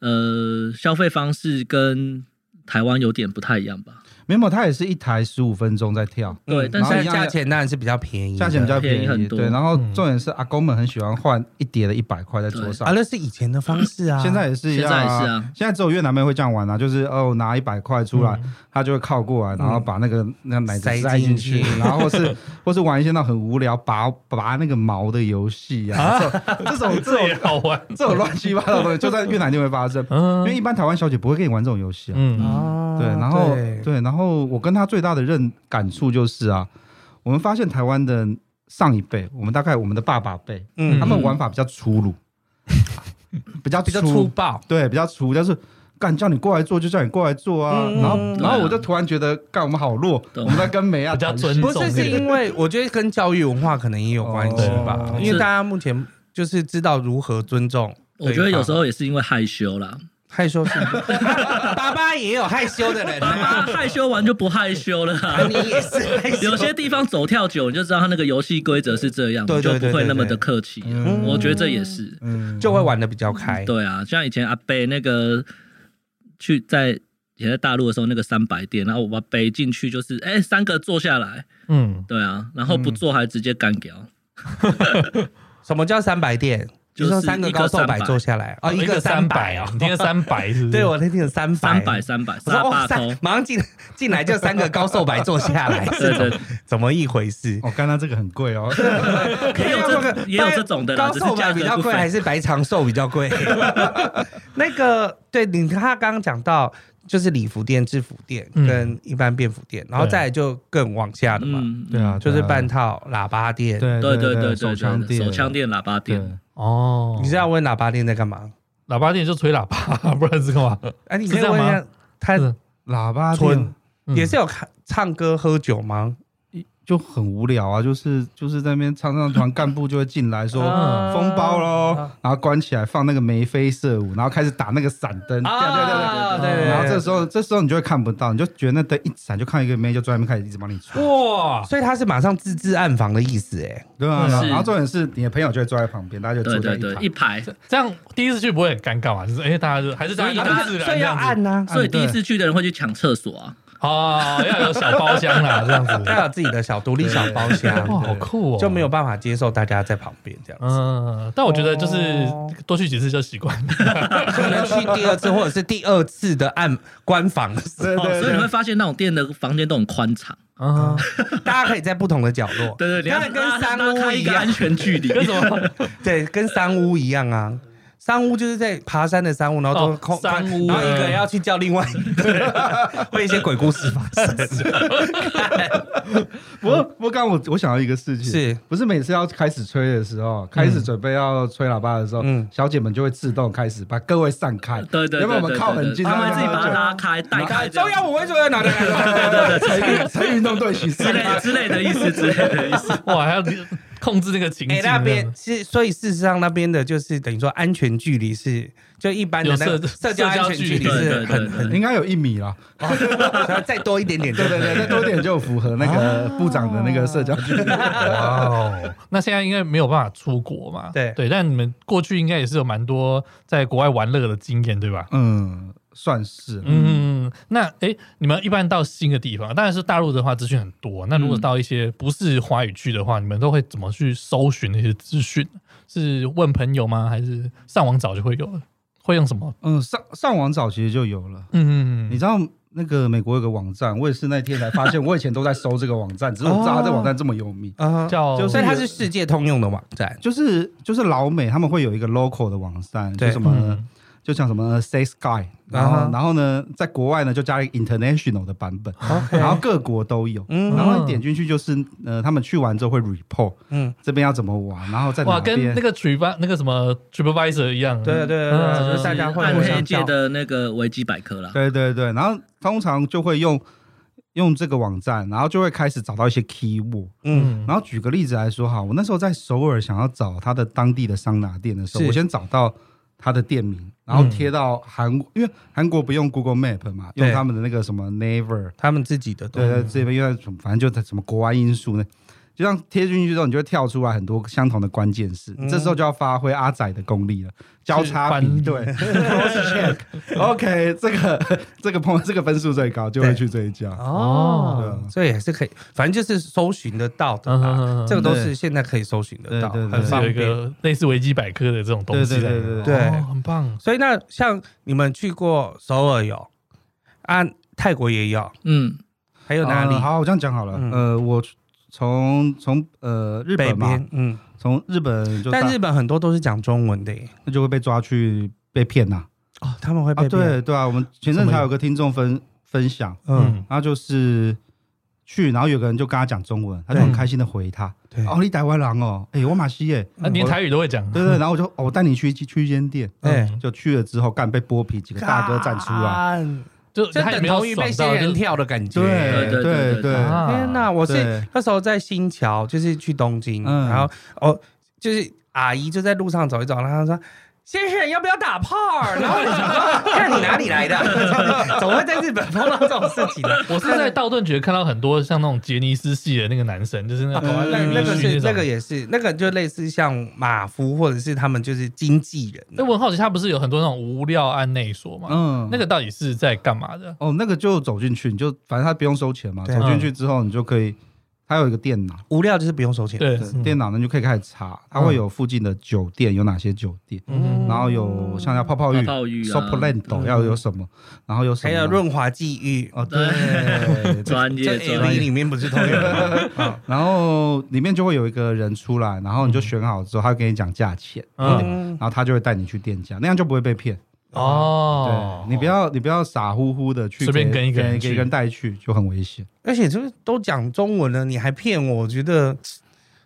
C: 呃消费方式跟台湾有点不太一样吧。
D: 没有，它也是一台十五分钟在跳，
C: 对
B: 嗯
C: 但是
B: 然后
D: 一样
B: 价钱当然是比较便宜的，
D: 价钱比较便
C: 便宜很多
D: 对，然后
A: 嗯
D: 重点是阿公们很喜欢换一叠的一百块在桌上
B: 啊，。那是以前的方式啊，
D: 现在也是一样、
C: 现在也是啊
D: 现在只有越南妹会这样玩啊，就是哦拿一百块出来，她就会靠过来，然后把那个那奶子
B: 塞
D: 塞
B: 进
D: 进去，
B: 去
D: 然后或是或是玩一些那种很无聊拔拔那个毛的游戏啊，这种这种这
A: 这
D: 种
A: 也好玩。
D: 这种乱七八糟的东西，就在越南就会发生，因
A: 嗯
D: 为一般台湾小姐不会跟你玩这种游戏啊。
A: 嗯
B: 哦
D: 对，然后
B: 对
D: 对，然后我跟他最大的认感触就是啊，我们发现台湾的上一辈，我们大概我们的爸爸辈，
B: 嗯
D: 他们玩法比较粗鲁， 比较
B: 比较粗
D: 粗，
B: 暴，
D: 对，比较粗，但是。干叫你过来做就叫你过来做啊，
B: 嗯
D: 然后
B: 嗯
D: 然后
C: 对啊啊
D: 我就突然觉得，干我们好弱，
C: 懂
D: 我们在跟美亚
A: 比较
D: 谈
A: 尊
D: 心
B: 不
A: 重
B: 是
A: 一
B: 是
A: 点
B: 因为我觉得跟教育文化可能也有关系吧
D: 哦，
B: 因为大家目前就是知道如何尊重。
C: 我觉得有时候也是因为害羞啦，
B: 害羞是不爸爸也有害羞的人
C: 爸
B: 啊，
C: 妈害羞完就不害 羞了啊、
B: 你也是害羞
C: 有。些地方走跳久，你就知道他那个游戏规则是这样，
B: 对
C: 你
B: 对
C: 就不
B: 对
C: 会
B: 对嗯
C: 那么的客气了。我觉得这也是，
D: 嗯，
B: 就会玩的比较开。
C: 对啊，像以前阿贝那个去在以前在大陆的时候，那个三百店，然后我把北进去就是，哎、三个坐下来，
A: 嗯，
C: 对啊，然后不坐还直接干掉，
B: 什么叫三百店？就
C: 就是
B: 说三个
C: 一
B: 高
C: 个
B: 瘦
C: 三
B: 百
C: 百
B: 坐下来，哦，一个三
A: 三
B: 百
A: 啊
B: 啊，，
A: 你听三百是不 是？
B: 对我那天有三百，啊
C: 三百三百
B: 我说
C: 沙
B: 哦
C: 巴
B: 三
C: 头，
B: 马上进进来就三个高瘦白坐下来，
C: 对
B: 是
C: 对
B: 怎怎么一回事？哎
D: 哦，刚刚这个很 贵哦，
C: 也有这也有这种的啦，
B: 高
C: 只
B: 瘦
C: 是
B: 白
C: 价
B: 比
C: 格
B: 较
C: 不
B: 贵还
C: 菲。
B: 是白长寿比较贵？ 那个对，你他刚刚讲到就是礼服店、制服店
A: 嗯
B: 跟一般便服店，然后
A: 对
B: 再来就更往下的嘛，
C: 嗯，
D: 对啊，
B: 就是
D: 对啊
B: 半，套喇叭店。
D: 对
C: 对对
D: 对
C: 对对
D: 手
C: 对，
D: 枪
C: 对
D: 店，啊
C: 手枪店、喇叭
D: 对，
C: 店，
A: 哦，
B: 你知道问喇叭店在干嘛？
A: 喇叭店就吹喇叭，不然是干 嘛？
B: 哎，你
A: 是
B: 可以
A: 这样
B: 问一
A: 吗
B: 下，他
A: 是
D: 喇叭
B: 村
D: 店
A: 嗯
B: 也是有看唱歌喝酒吗？
D: 就很无聊啊，就是就是在那边唱唱团干部就会进来说
B: 啊
D: 封包喽
B: 啊，
D: 然后关起来放那个眉飞色舞，然后开始打那个闪灯，这样这样这样
B: 啊
A: 对对对
D: 然后这时候，这时候你就会看不到，你就觉得那灯一闪，就看一个妹就坐在那边开始一直帮你吹，
A: 哇，
B: 所以他是马上自制暗房的意思，哎，
D: 对啊。
A: 是
D: 然后然后重点是你的朋友就会坐在旁边，大家就
C: 对
D: 坐在
C: 对
D: 一
C: 对，
D: 排
C: 一。排。
A: 这样第一次去不会很尴尬嘛？就是哎、大家就还是大
C: 所以
A: 家
C: 啊大
A: 很
C: 家
A: 自然
B: 所以
A: 这
B: 要
A: 样子
B: 按呐，
C: 所以第一次去的人会去抢厕所啊，
A: 哦，要有小包厢啦，这样 子。
B: 啊要有自己的小独立小包厢，
A: 哇，好酷哦！
B: 就没有办法接受大家在旁边这样子。
A: 嗯，但我觉得就是
B: 哦
A: 多去几次就习惯 了。
B: 可能去第二次或者是第二次的按官房的时
D: 对
B: 候，
D: 对
C: 所以你
D: 对
C: 会发现那种店的房间都很宽敞。
A: 啊，
B: 大家可以在不同的角落。
C: 对对，你要
B: 当然跟
C: 拉拉
B: 山屋
C: 开
B: 一
C: 一个
B: 样
C: 安，全距离。
A: 为什么？
B: 对，跟山屋一样啊。山屋就是在爬山的山屋，然后都
A: 哦
B: 空
A: 山屋
B: 然后一个人要去叫另外一个人， 会有一些鬼故事发 生。
D: 不
C: 嗯
D: 过不过刚刚我我想到一个事情，
B: 是
D: 不是每次要开始吹的时候，开始准备要吹喇叭的时候
B: 嗯，
D: 小姐们就会自动开始把各位散开，
C: 对对对对对，
D: 要不然我们靠很
C: 对
D: 近，啊
C: 他们会自己把它
D: 然后
C: 拉开、带开这
B: 重
C: 样
B: 要
C: 子，
B: 我为主要拿来。
D: 对对对，成成运动队形式
C: 之类的之类的意思之类的意思。
A: 哇，还要控制那个情
B: 哎、
A: 景。
B: 那边是，所以事实上那边的就是等于说安全距离是，就一般的那
A: 有
B: 个
A: 社
B: 社交安全距离
C: 社
B: 是
C: 交距离对对
B: 很
C: 对对
B: 很，
D: 应该有一米啦，
B: 然后再多一点点就
D: 对对对，再多一点就符合那个
C: 啊
D: 部长的那个社 交距离。
A: 哇哦， 那现在应该没有办法出国嘛？
B: 对
A: 对，但你们过去应该也是有蛮多在国外玩乐的经验，对吧？
D: 嗯，算是。
A: 嗯，那哎、诶你们一般到新的地方，当然是大陆的话资讯很多。那如果到一些不是华语区的话，你们都会怎么去搜寻那些资讯？是问朋友吗？还是上网找就会有了？会用什么？
D: 嗯，上上网找其实就有了。
A: 嗯，
D: 你知道那个美国有个网站，我也是那天才发现，我以前都在搜这个网站，只是我不知道它这网站这么有名。
B: 啊，
A: 叫
D: 就
B: 所以它是
D: 这个
B: 世界通用的网站。
D: 就是就是老美他们会有一个 local 的网站，
B: 对
D: 就什么、
A: 嗯
D: 就像什么 Say Sky，然后、
B: 啊哈
D: 然后呢，在国外呢就加一个 international 的版本，
B: OK，
D: 然后各国都有。
B: 嗯
D: 然后你点进去就是，呃，他们去完之后会 report
B: 嗯，
D: 这边要怎么玩，然后在
A: 哇，
D: 哪边。
A: 跟那个 trip 那个什么 TripAdvisor 一样，
B: 对对对
A: 嗯
B: 对，就是大家会
C: 暗
B: 互
C: 黑
B: 相
C: 界
B: 叫。
C: 的那个维基百科啦，
D: 对对对，然后通常就会用用这个网站，然后就会开始找到一些 keyword。
B: 嗯，
D: 然后举个例子来说哈，我那时候在首尔想要找他的当地的桑拿店的时候，
B: 是嗯
D: 我先找到他的店名，然后贴到韩国，因为韩国不用 Google Map 嘛，
B: 对哦
D: 用他们的那个什么 Naver，
B: 他们自己的东
D: 对
B: 西。
D: 对，这边因为反正就在什么国外因素呢。就像贴进去之后，你就会跳出来很多相同的关键字，
B: 嗯
D: 这时候就要发挥阿仔的功力了，交叉比
A: 翻
D: 对，cross check，OK，这个 这个碰这个分数最高，就会
B: 对
D: 去这一家。对
B: 哦
D: 啊，
B: 所以也是可以，反正就是搜寻得到的
A: 嗯嗯嗯
B: 啦
A: 嗯。
B: 这个都是现在可以搜寻得到，
D: 对对对
B: 很
A: 是
B: 方
A: 有一
B: 便。
A: 个类似维基百科的这种东西在里面，
D: 对对
B: 对
D: 对
B: 对
A: 哦很棒。
B: 所以那像你们去过首尔有啊，泰国也有，
C: 嗯，
B: 还有哪里
D: 呃？好，我这样讲好了。
B: 嗯
D: 呃，我从从呃日
B: 北
D: 本嘛，
B: 边，嗯，
D: 从日本就
B: 但
D: 大
B: 日本很多都是讲中文的耶，
D: 那就会被抓去被骗呐、
B: 哦，他们会
D: 啊。
B: 被骗，
D: 对对啊，我们前阵才有个听众分分享，
B: 嗯，
A: 嗯，
D: 他就是去，然后有个人就跟他讲中文，他就
B: 对
D: 很开心的回他
B: 对，：“啊
D: 哦，你台湾人哦，哎、我马西耶。
A: 那啊连台语都会讲，
D: 对对，然后我就哦，我带你去去一间店，
B: 嗯对
D: 就去了之后，干被剥皮，几个大哥站出来，
B: 干，
A: 就
B: 这
A: 他也
B: 等
A: 没有
B: 同于
A: 爽
B: 被仙
A: 到，就
B: 人跳的感觉。
D: 对
C: 对对
D: 对
C: 对
D: 对，
A: 啊
B: 天哪！我是
D: 对
B: 那时候在新桥，就是去东京，
D: 嗯
B: 然后哦，就是阿姨就在路上走一走，然后她说。先生，要不要打炮儿？ 然后我就想说，看你哪里来的， 怎么会在日本碰到这种事情呢？
A: 我是在道顿崛看到很多像那种杰尼斯系的那个男生，就是那种
D: 啊嗯
B: 那
A: 绿
B: 那个
A: 须
B: 是
A: 种
B: 那个也是那个就类似像马夫或者是他们就是经纪人
A: 那
B: 啊，
A: 我很好奇，他不是有很多那种无料案内所嘛？
D: 嗯
A: 那个到底是在干嘛的？
D: 哦，那个就走进去，你就反正他不用收钱嘛，
B: 对
A: 嗯
D: 走进去之后你就可以它有一个电脑，
B: 无料就是不用收钱。
A: 对，嗯
D: 对电脑呢你就可以开始查，它会有附近的酒店有哪些酒店，
A: 嗯
D: 然后有像要泡泡浴、
C: 泡泡浴啊
D: s o p l a n d 要有什么，然后有什
B: 还
D: 么
B: 有润滑剂浴，
D: 哦，对，
C: 专业
B: 在
C: 专
B: AV
C: 业，
B: 里面不是都有？
D: 啊然后里面就会有一个人出来，然后你就选好之后，他会给你讲价钱，
A: 嗯，
D: 然后他就会带你去店家，那样就不会被骗。
A: 哦
D: 对，你不要你不要傻乎乎的去
A: 随便
D: 给
A: 跟一个人
D: 给给
A: 去
D: 一个人带去，就很危险。
B: 而且就是都讲中文了，你还骗我，我觉得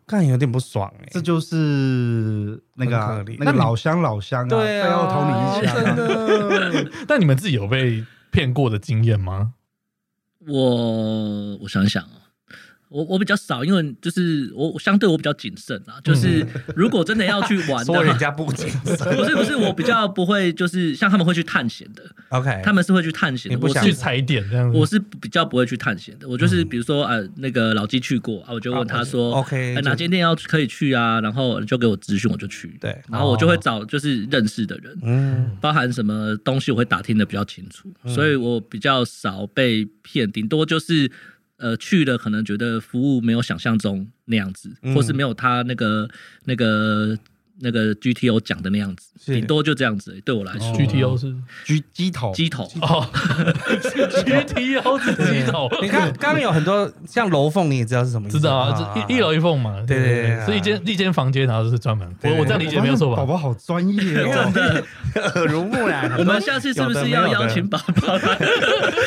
B: 看有点不爽哎、
D: 这就是那个啊
B: 很可怜
D: 那个老乡老乡啊，
B: 对
D: 非
B: 啊，
D: 要捅你一下。
B: 真的。
A: 但你们自己有被骗过的经验吗？
C: 我我想想哦，我我比较少，因为就是我我相对我比较谨慎啊，就是如果真的要去玩的
B: 说人
C: 话，
B: 家不谨慎
C: 不是不是，我比较不会就是像他们会去探险的，
B: ，OK，
C: 他们是会去探险
B: 你
C: 的，
B: 不
C: 我
B: 想
A: 去
C: 是
A: 踩点
B: 嗯
A: 这样子？
C: 我是比较不会去探险的，我就是比如说呃那个老纪去过啊，我就问他说
B: 啊，OK，
C: 呃哪
B: 就
C: 间店要可以去啊，然后就给我资讯我就去，
B: 对哦
C: 然后我就会找就是认识的人，
B: 嗯，
C: 包含什么东西我会打听的比较清楚，所以我比较少被骗，顶多就是呃去了可能觉得服务没有想象中那样子，
B: 嗯
C: 或是没有他那个那个那个 GTO 讲的那样子，
B: 是哦
C: 顶多就这样子而已、对我来说，
A: GTO 是
D: 鸡鸡头，
C: 鸡头
A: 哦，GTO 是鸡头，
B: 你看嗯 刚刚有很多像楼凤，你也知道是什么意思，
A: 知道啊，这一一楼一凤嘛，
B: 对对对对
A: 是一间一间房间，然后就是专门，我
B: 对对
A: 我这样理解没有错
D: 宝
A: 吧？
D: 宝好专业哦，
B: 的啊耳濡目染。
C: 我们下次是不是要邀请宝宝来？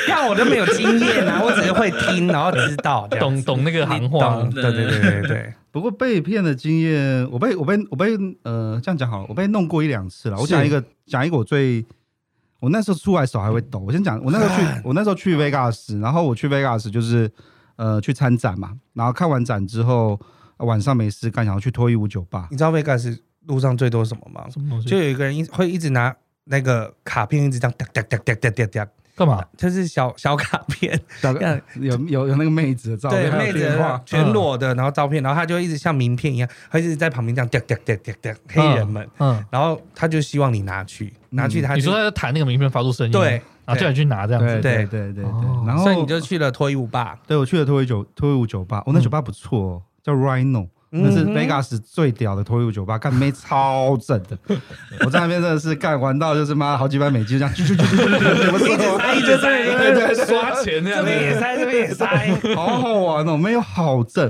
B: 看我都没有经验啊，我只是会听，然后知道这样
A: 懂
B: 子
A: 懂那个行话
B: 懂，，对对对对对，
D: 不过被骗的经验，我被我被我被呃这样讲好了，我被弄过一两次了。我讲一个讲一个我最，我那时候出来手还会抖。我先讲，我那时候去我那时候去 Vegas，然后我去 Vegas 就是呃去参展嘛，然后看完展之后、呃晚上没事干，想要去脱衣舞酒吧。
B: 你知道 Vegas 路上最多什么吗？
A: 什么东西？
B: 就有一个人一会一直拿那个卡片，一直这样哒哒哒哒哒哒哒，
A: 干嘛？
B: 就是小小卡片，
D: 大概有有有那个妹子的照
B: 对
D: 片，还
B: 妹
D: 有
B: 子
D: 电话
B: 的全裸的，然后照片，然后他就一直像名片一样，他一直在旁边这样哒哒哒哒哒，黑人们，
A: 嗯，
B: 然后他就希望你拿去拿去，他
A: 你
B: 就
A: 说他在弹那个名片发出声音，啊
B: 对
A: 然后叫你去拿这样
D: 对
A: 子，
D: 对
B: 对
D: 对对对
A: 哦。
D: 然后
B: 所以你就去了脱衣舞吧，
D: 对我去了脱衣酒脱衣舞酒吧，哦，那
A: 嗯
D: 酒吧不错哦，叫 Rhino，那是
B: 嗯
D: Vegas 最屌的脱衣舞酒吧，干妹超正的。我在那边真的是干玩到就是妈好几百美金，这样啾啾啾啾啾啾，怎么
B: 塞一直塞，
D: 对对对，
A: 花钱这
B: 这边也塞，这边也塞。
D: 好好玩哦，没有好正。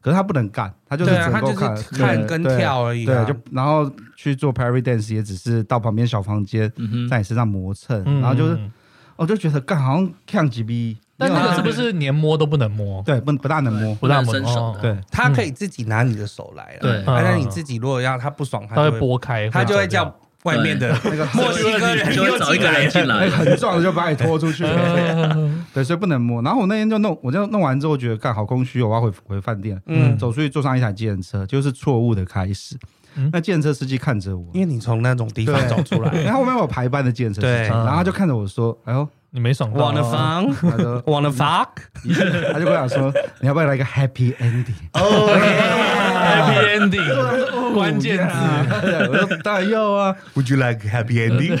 D: 可是他不能干，他就是
B: 对啊
D: 只能够
B: 他
D: 看
B: 就是看跟
D: 对
B: 跳而已啊
D: 对，就然后去做 parry dance 也只是到旁边小房间
C: 嗯哼，
D: 在你身上磨蹭，
A: 嗯
D: 然后就是
A: 嗯
D: 我就觉得干好像 can 几逼，
A: 但那个是不是连摸都不能摸？
D: 对不不大能摸，
A: 不大摸
C: 不能伸手
A: 哦
C: 的
D: 对，
B: 他可以自己拿你的手来啊，
C: 对
B: 啊那你自己如果要他不爽，
A: 他
B: 他
A: 会
B: 就会，
A: 拨开，
B: 他就会
A: 走掉
B: 叫。外面的
D: 那 个
B: 墨西哥人
C: 就会
B: 又
C: 找一
B: 进
C: 个
B: 来
C: 人进
B: 了。
D: 哎、
C: 来。
D: 很壮的就把你拖出去
A: 嗯
D: 对，所以不能摸。然后我那天就弄，我就弄完之后觉得干好空虚哦，我要回回饭店。
B: 嗯
D: 嗯，走出去坐上一台计程车，就是错误的开始。
A: 嗯
D: 那计程车司机看着我，
B: 因为你从那种地方
D: 对
B: 走出来，
D: 然后后面有排班的计程车司
B: 对嗯
D: 机，然后他就看着我说：“哎呦，
A: 你没爽到啊
B: wanna fuck
D: 他说
B: wanna fuck，
D: 他就跟我讲说，你要不要来一个 happy ending？”
A: Happy ending，关键
B: 哦
A: 字。
D: 字，我说当然要啊。
B: Would you like a happy ending？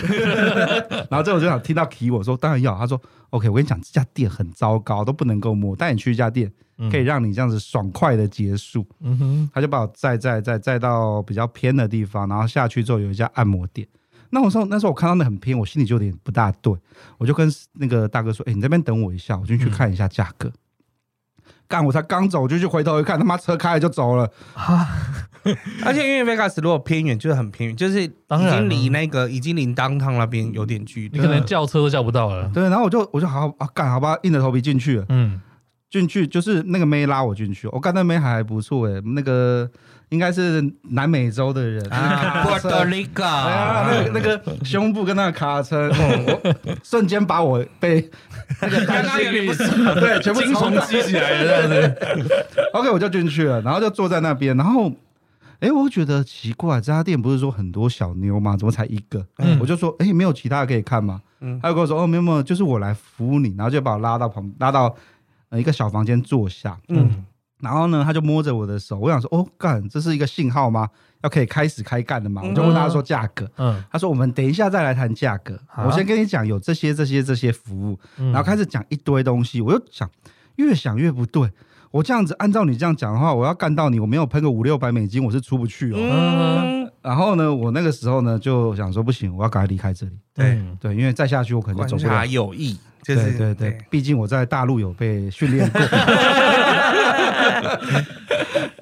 D: 然后之后我就想听到 key，我说当然要。他说 OK，我跟你讲，这家店很糟糕，都不能够摸，带你去一家店，可以让你这样子爽快的结束。
A: 嗯哼，
D: 他就把我载载载载到比较偏的地方，然后下去之后有一家按摩店。那我说那时候我看到那很偏，我心里就有点不大对，我就跟那个大哥说：“哎、你这边等我一下，我进去看一下价格。干，我才刚走，我就去回头一看，他妈车开了就走了。
B: 而且因为 Vegas 如果偏远，就是很偏远，就是
A: 当
B: 已
A: 然啊
B: 经离那个已经离 downtown 那边有点距离
A: 你可。能叫车都叫不到了。
D: 对，然后我就我就好好啊，干，好吧，硬着头皮进去了。
A: 嗯，
D: 进去就是那个妹拉我进去，我、干那妹还不错诶、那个应该是南美洲的人
B: 啊，Puerto
D: 哎呀，
A: 啊
D: 那
B: Rico，
D: 个那个胸部跟那个卡车，哦我瞬间把我 被那个担心力，对，全部
A: 精
D: 冲
A: 虫
D: 淡
A: 激起来了，这样子。
D: OK，我就进去了，然后就坐在那边，然后，哎，我觉得奇怪，这家店不是说很多小妞吗？怎么才一个？
A: 嗯
D: 我就说，哎，没有其他的可以看吗？
B: 嗯
D: 他就跟我说，哦，没有没有，就是我来服务你，然后就把我拉到旁，拉到、呃、一个小房间坐下，
B: 嗯，
D: 然后呢，他就摸着我的手，我想说，哦，干，这是一个信号吗？要可以开始开干了吗？我就问他说价格。
A: 嗯，
D: 他说：“我们等一下再来谈价格，
A: 啊
D: 我先跟你讲有这些、这些、这些服务，
A: 嗯
D: 然后开始讲一堆东西，我就想越想越不对，我这样子按照你这样讲的话，我要干到你，我没有喷个五六百美金，我是出不去哦。
B: 嗯，
D: 然后呢，我那个时候呢就想说不行，我要赶快离开这里。
B: 对，
A: 嗯
D: 对，因为再下去我可能
B: 观
D: 就走不了
B: 察。有益，就
D: 对
B: 是
D: 对对，哦毕竟我在大陆有被训练过。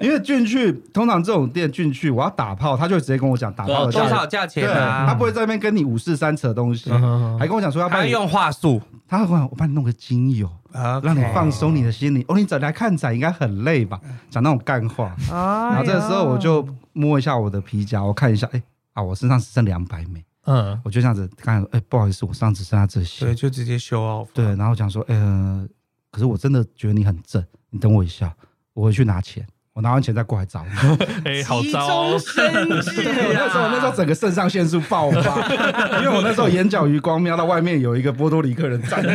D: 因为进去通常这种店进去，我要打炮，他就会直接跟我讲打炮的价
B: 多
D: 格
B: 少价
D: 对，啊
B: 钱
D: 他
B: 啊？
D: 不会在那边跟你五四三扯东
B: 哎
D: 西，
A: 嗯嗯嗯
D: 还跟我讲说要帮
B: 他
D: 你，
B: 用话术
D: 他会我帮你弄个精油，
B: 啊，
D: 让你放松你的心理。哦，你整来看展应该很累吧？讲那种干话，
B: 啊
D: 然后这时候我就摸一下我的皮夹，我看一下，哎啊，我身上只剩两百美，
A: 嗯，
D: 我就这样子刚才说，哎，不好意思，我身上只剩下这
B: 对，
D: 些，
B: 就直接 show off。
D: 对，然后讲说，呃，可是我真的觉得你很正，你等我一下，我回去拿钱。我拿完钱再过来找你。
A: 哎，好糟哦，
B: 生智
D: 对，我那时候我
B: 啊
D: 那时候整个肾上腺素爆发，因为我那时候眼角余光瞄到外面有一个波多黎克人站在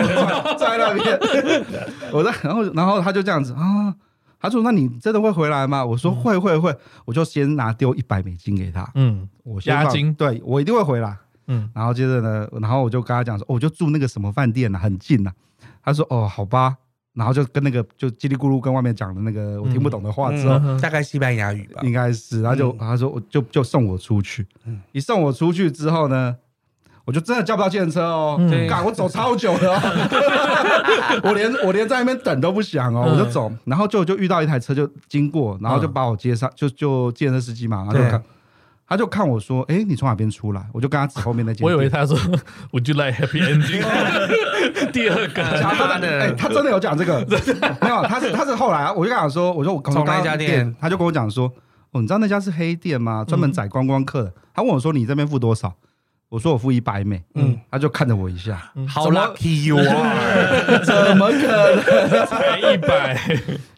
D: 站在那边，我在然后然后他就这样子啊，他说那你真的会回来吗？我说会会会，我就先拿丢一百美金给他，
A: 嗯
D: 我先放
A: 押金
D: 对我一定会回来。
A: 嗯
D: 然后接着呢，然后我就跟他讲说，哦，我就住那个什么饭店呐、很近呐、啊他说哦，好吧。然后就跟那个就叽里咕噜跟外面讲的那个我听不懂的话之后，
A: 嗯
B: 大概西班牙语吧
D: 应。该是，他就、他说我就就送我出去，
A: 嗯
D: 一送我出去之后呢，我就真的叫不到计程车哦，
A: 嗯
D: 干、我走超久 了、哦，我连我连在那边等都不想哦，
A: 嗯
D: 我就走，然后就就遇到一台车就经过，然后就把我接上，就就计程车司机嘛，他就
B: 对
D: 看他就看我说，哎、你从哪边出来？我就跟他指后面那间，
A: 我以为。他说 Would you like happy ending？第 二个，
D: 讲他的，哎、他真的有讲这 个，没有，他是他是后来啊，我就跟他说，我就我
B: 从那
D: 刚
B: 家
D: 刚
B: 店
D: 他就跟我讲说，哦，你知道那家是黑店
B: 嗯
D: 吗？专门宰观光客的。他问我说，你这边付多少？我说我付一百美，嗯，他就看着我一下，
B: 好 lucky you are！
D: 怎么可能？
A: 才一百，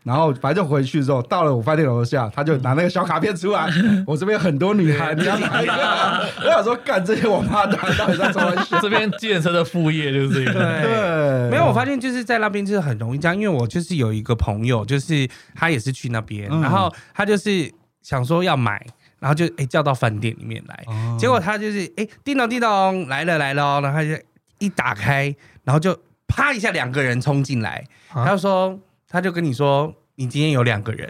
D: 然后反正就回去之后，到了我饭店楼下，他就拿那个小卡片出来，
B: 嗯
D: 我这边有很多女 孩，你要哪一个啊？我想说，干这些王八蛋到底在装什 么？
A: 这边计程车的副业就是这个，
B: 对。
D: 对，
B: 没有，我发现就是在那边就是很容易这样，因为我就是有一个朋友，就是他也是去那边，
D: 嗯
B: 然后他就是想说要买，然后就哎、叫到饭店里面来，
D: 哦
B: 结果他就是哎、叮咚叮咚来了来了哦，然后他就一打开，然后就啪一下两个人冲进来，
A: 啊
B: 他就说他就跟你说你今天有两个人，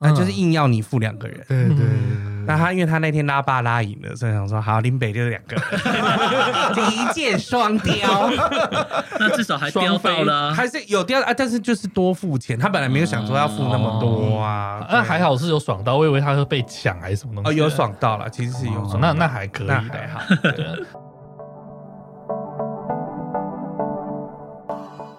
A: 嗯
B: 他就是硬要你付两个人。
D: 对对对
B: 那他因为他那天拉霸拉赢了，所以想说好林北就是两 个人，一箭双雕。
C: 那至少还
A: 双
C: 雕
A: 飞
C: 到了啊、
B: 还是有第二啊，但是就是多付钱，他本来没有想说要付那么多啊，
A: 那
B: 对
A: 还好是有爽到，我以为他会被抢还是什么东西，
B: 哦，有爽到了，其实是有
A: 哦，
B: 爽到，
A: 那那还可以，
B: 那还好。
A: 对。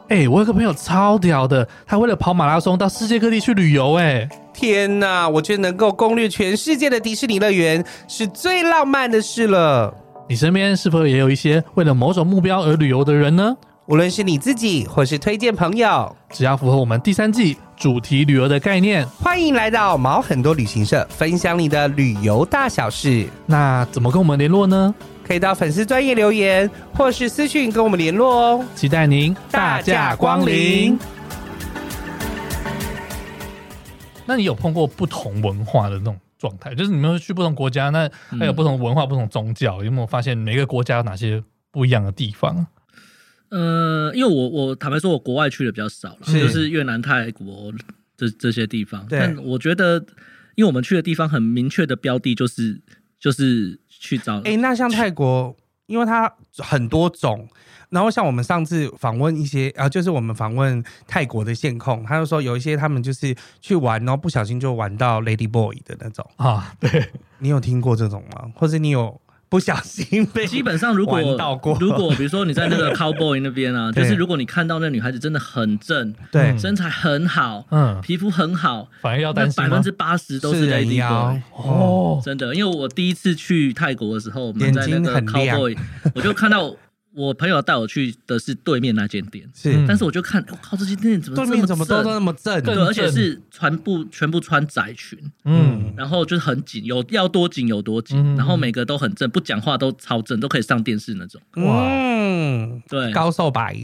A: 哎、我有个朋友超屌的，他为了跑马拉松到世界各地去旅游、哎，
B: 天哪，我觉得能够攻略全世界的迪士尼乐园是最浪漫的事了。
A: 你身边是否也有一些为了某种目标而旅游的人呢？
B: 无论是你自己或是推荐朋友，
A: 只要符合我们第三季主题旅游的概念，
B: 欢迎来到毛很多旅行社，分享你的旅游大小事。
A: 那怎么跟我们联络呢？
B: 可以到粉丝专业留言，或是私讯跟我们联络哦。
A: 期待您
B: 大驾光临。
A: 那你有碰过不同文化的那种状态？就是你们去不同国家，那还有不同文化、不同宗教，有没有发现每个国家有哪些不一样的地方？
C: 呃，因为我我坦白说，我国外去的比较少了，
B: 是
C: 就是越南、泰国这这些地方。
B: 对
C: 但我觉得，因为我们去的地方很明确的标的就是就是去找，
B: 哎、那像泰国，因为它很多种，然后像我们上次访问一些啊、就是我们访问泰国的线控，他就说有一些他们就是去玩，然后不小心就玩到 Lady Boy 的那种，
A: 啊，对，
B: 你有听过这种吗？或者你有不小心被？
C: 基本上如果
B: 玩到过
C: 如果比如说你在 那个 cowboy 那边啊，就
B: 对
C: 是如果你看到那女孩子真的很正，
B: 对
A: 嗯，
C: 身材很好，
A: 嗯，
C: 皮肤很好，
A: 反而要
C: 那
A: 担
B: 啊
A: 心
C: 百
A: 吗
C: 分之？八十都是
B: 人
C: Lady Boy
B: 妖。
A: 哦，
C: 真的，因为我第一次去泰国的时候，我们
B: 眼
C: 在那
B: 睛
C: 个
B: 很亮
C: Cowboy，我就看到我朋友带我去的是对面那间店，
B: 是、
A: 嗯
C: 但是我就看，我靠，这间店怎么
B: 对面
C: 这
B: 怎么
C: 么
B: 都
C: 正？
B: 那么正？
A: 更
C: 对，而且是全部全部穿窄裙，
A: 嗯，
C: 然后就是很紧，有要多紧有多紧，
A: 嗯
C: 然后每个都很正，不讲话都超正，都可以上电视那种。
A: 哇
B: 嗯，
C: 对，
B: 高瘦白，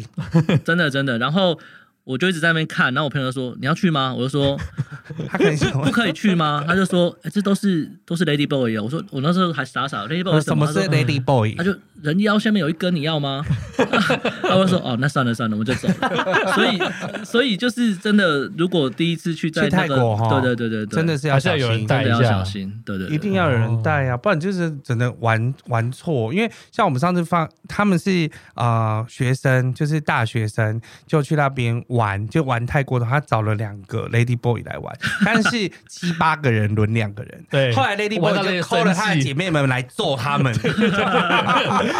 C: 真的真的。然后我就一直在那边看，然后我朋友说你要去吗？我就说
B: 他可能想
C: 不可以去吗？他就说、哎这都是都是 Lady Boy 哦。我说我那时候还傻傻，Lady Boy
B: 问
C: 是
B: 呃什
C: 么
B: 么
C: 他说
B: 是 Lady Boy？
C: 他就人腰下面有一根，你要吗？他会说哦，那算了算了，我们就走了。所以所以就是真的，如果第一次去在
B: 去泰
C: 那个，
B: 国哈
C: 对对对对对，
B: 真的是要
A: 还是
B: 小
A: 要有人
B: 心，
A: 带
C: 真的要
A: 一下
C: 小心，对对对
B: 一定要有人带啊，不然就是只能玩玩错。因为像我们上次放，他们是啊、呃学生，就是大学生，就去那边玩，就玩泰国的话，他找了两个 Lady Boy 来玩， 但是七八个人轮两个人。
A: 对
B: 后来 Lady
A: 玩
B: Boy
A: 到那
B: 就
A: 个
B: 扣了
A: 生
B: 他的
A: 气
B: 姐妹们来揍他们，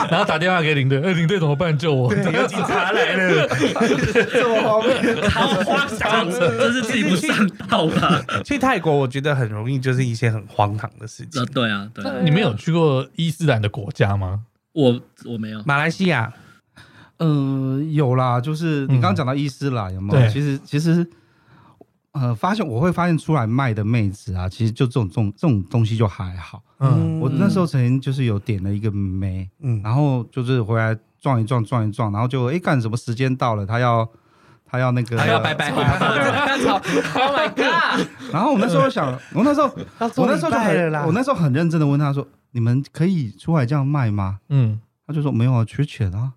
A: 然后打电话给领队，哎，领队怎么办？救我！
B: 有警察来了。
D: 这么方便，
C: 好夸张，这是自己不上道吧？
B: 去泰国，我觉得很容易就是一些很荒唐的事情
C: 呃，。对啊，对啊，
A: 你们有去过伊斯兰的国家吗？
C: 我我没有，
B: 马来西亚，
D: 嗯，有啦，就是你刚刚讲到伊斯兰，有没有？
A: 对
D: 其实其实，呃，发现我会发现出来卖的妹子啊，其实就这种这种这种东西就还好。
A: 嗯，
D: 我那时候曾经就是有点了一个妹，
B: 嗯，
D: 然后就是回来撞一撞撞一撞，然后就哎干什么时间到了，他要他要那个
B: 还要拜拜，
C: Oh my god！
D: 然后我那时候想，我那时候我那时候就
B: 拜了
D: 很
B: 啦
D: 我那时候很认真的问他说：“你们可以出来这样卖吗
A: 嗯，？”
D: 他就说：“没有啊，缺钱啊。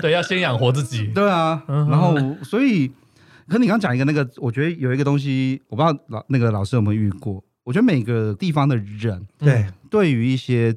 A: 对，要先养活自”己。
D: 对啊，
A: 嗯
D: 然后所以，可你刚讲一个那个，我觉得有一个东西，我不知道老那个老师有没有遇过。我觉得每个地方的人
B: 对，
D: 对于一些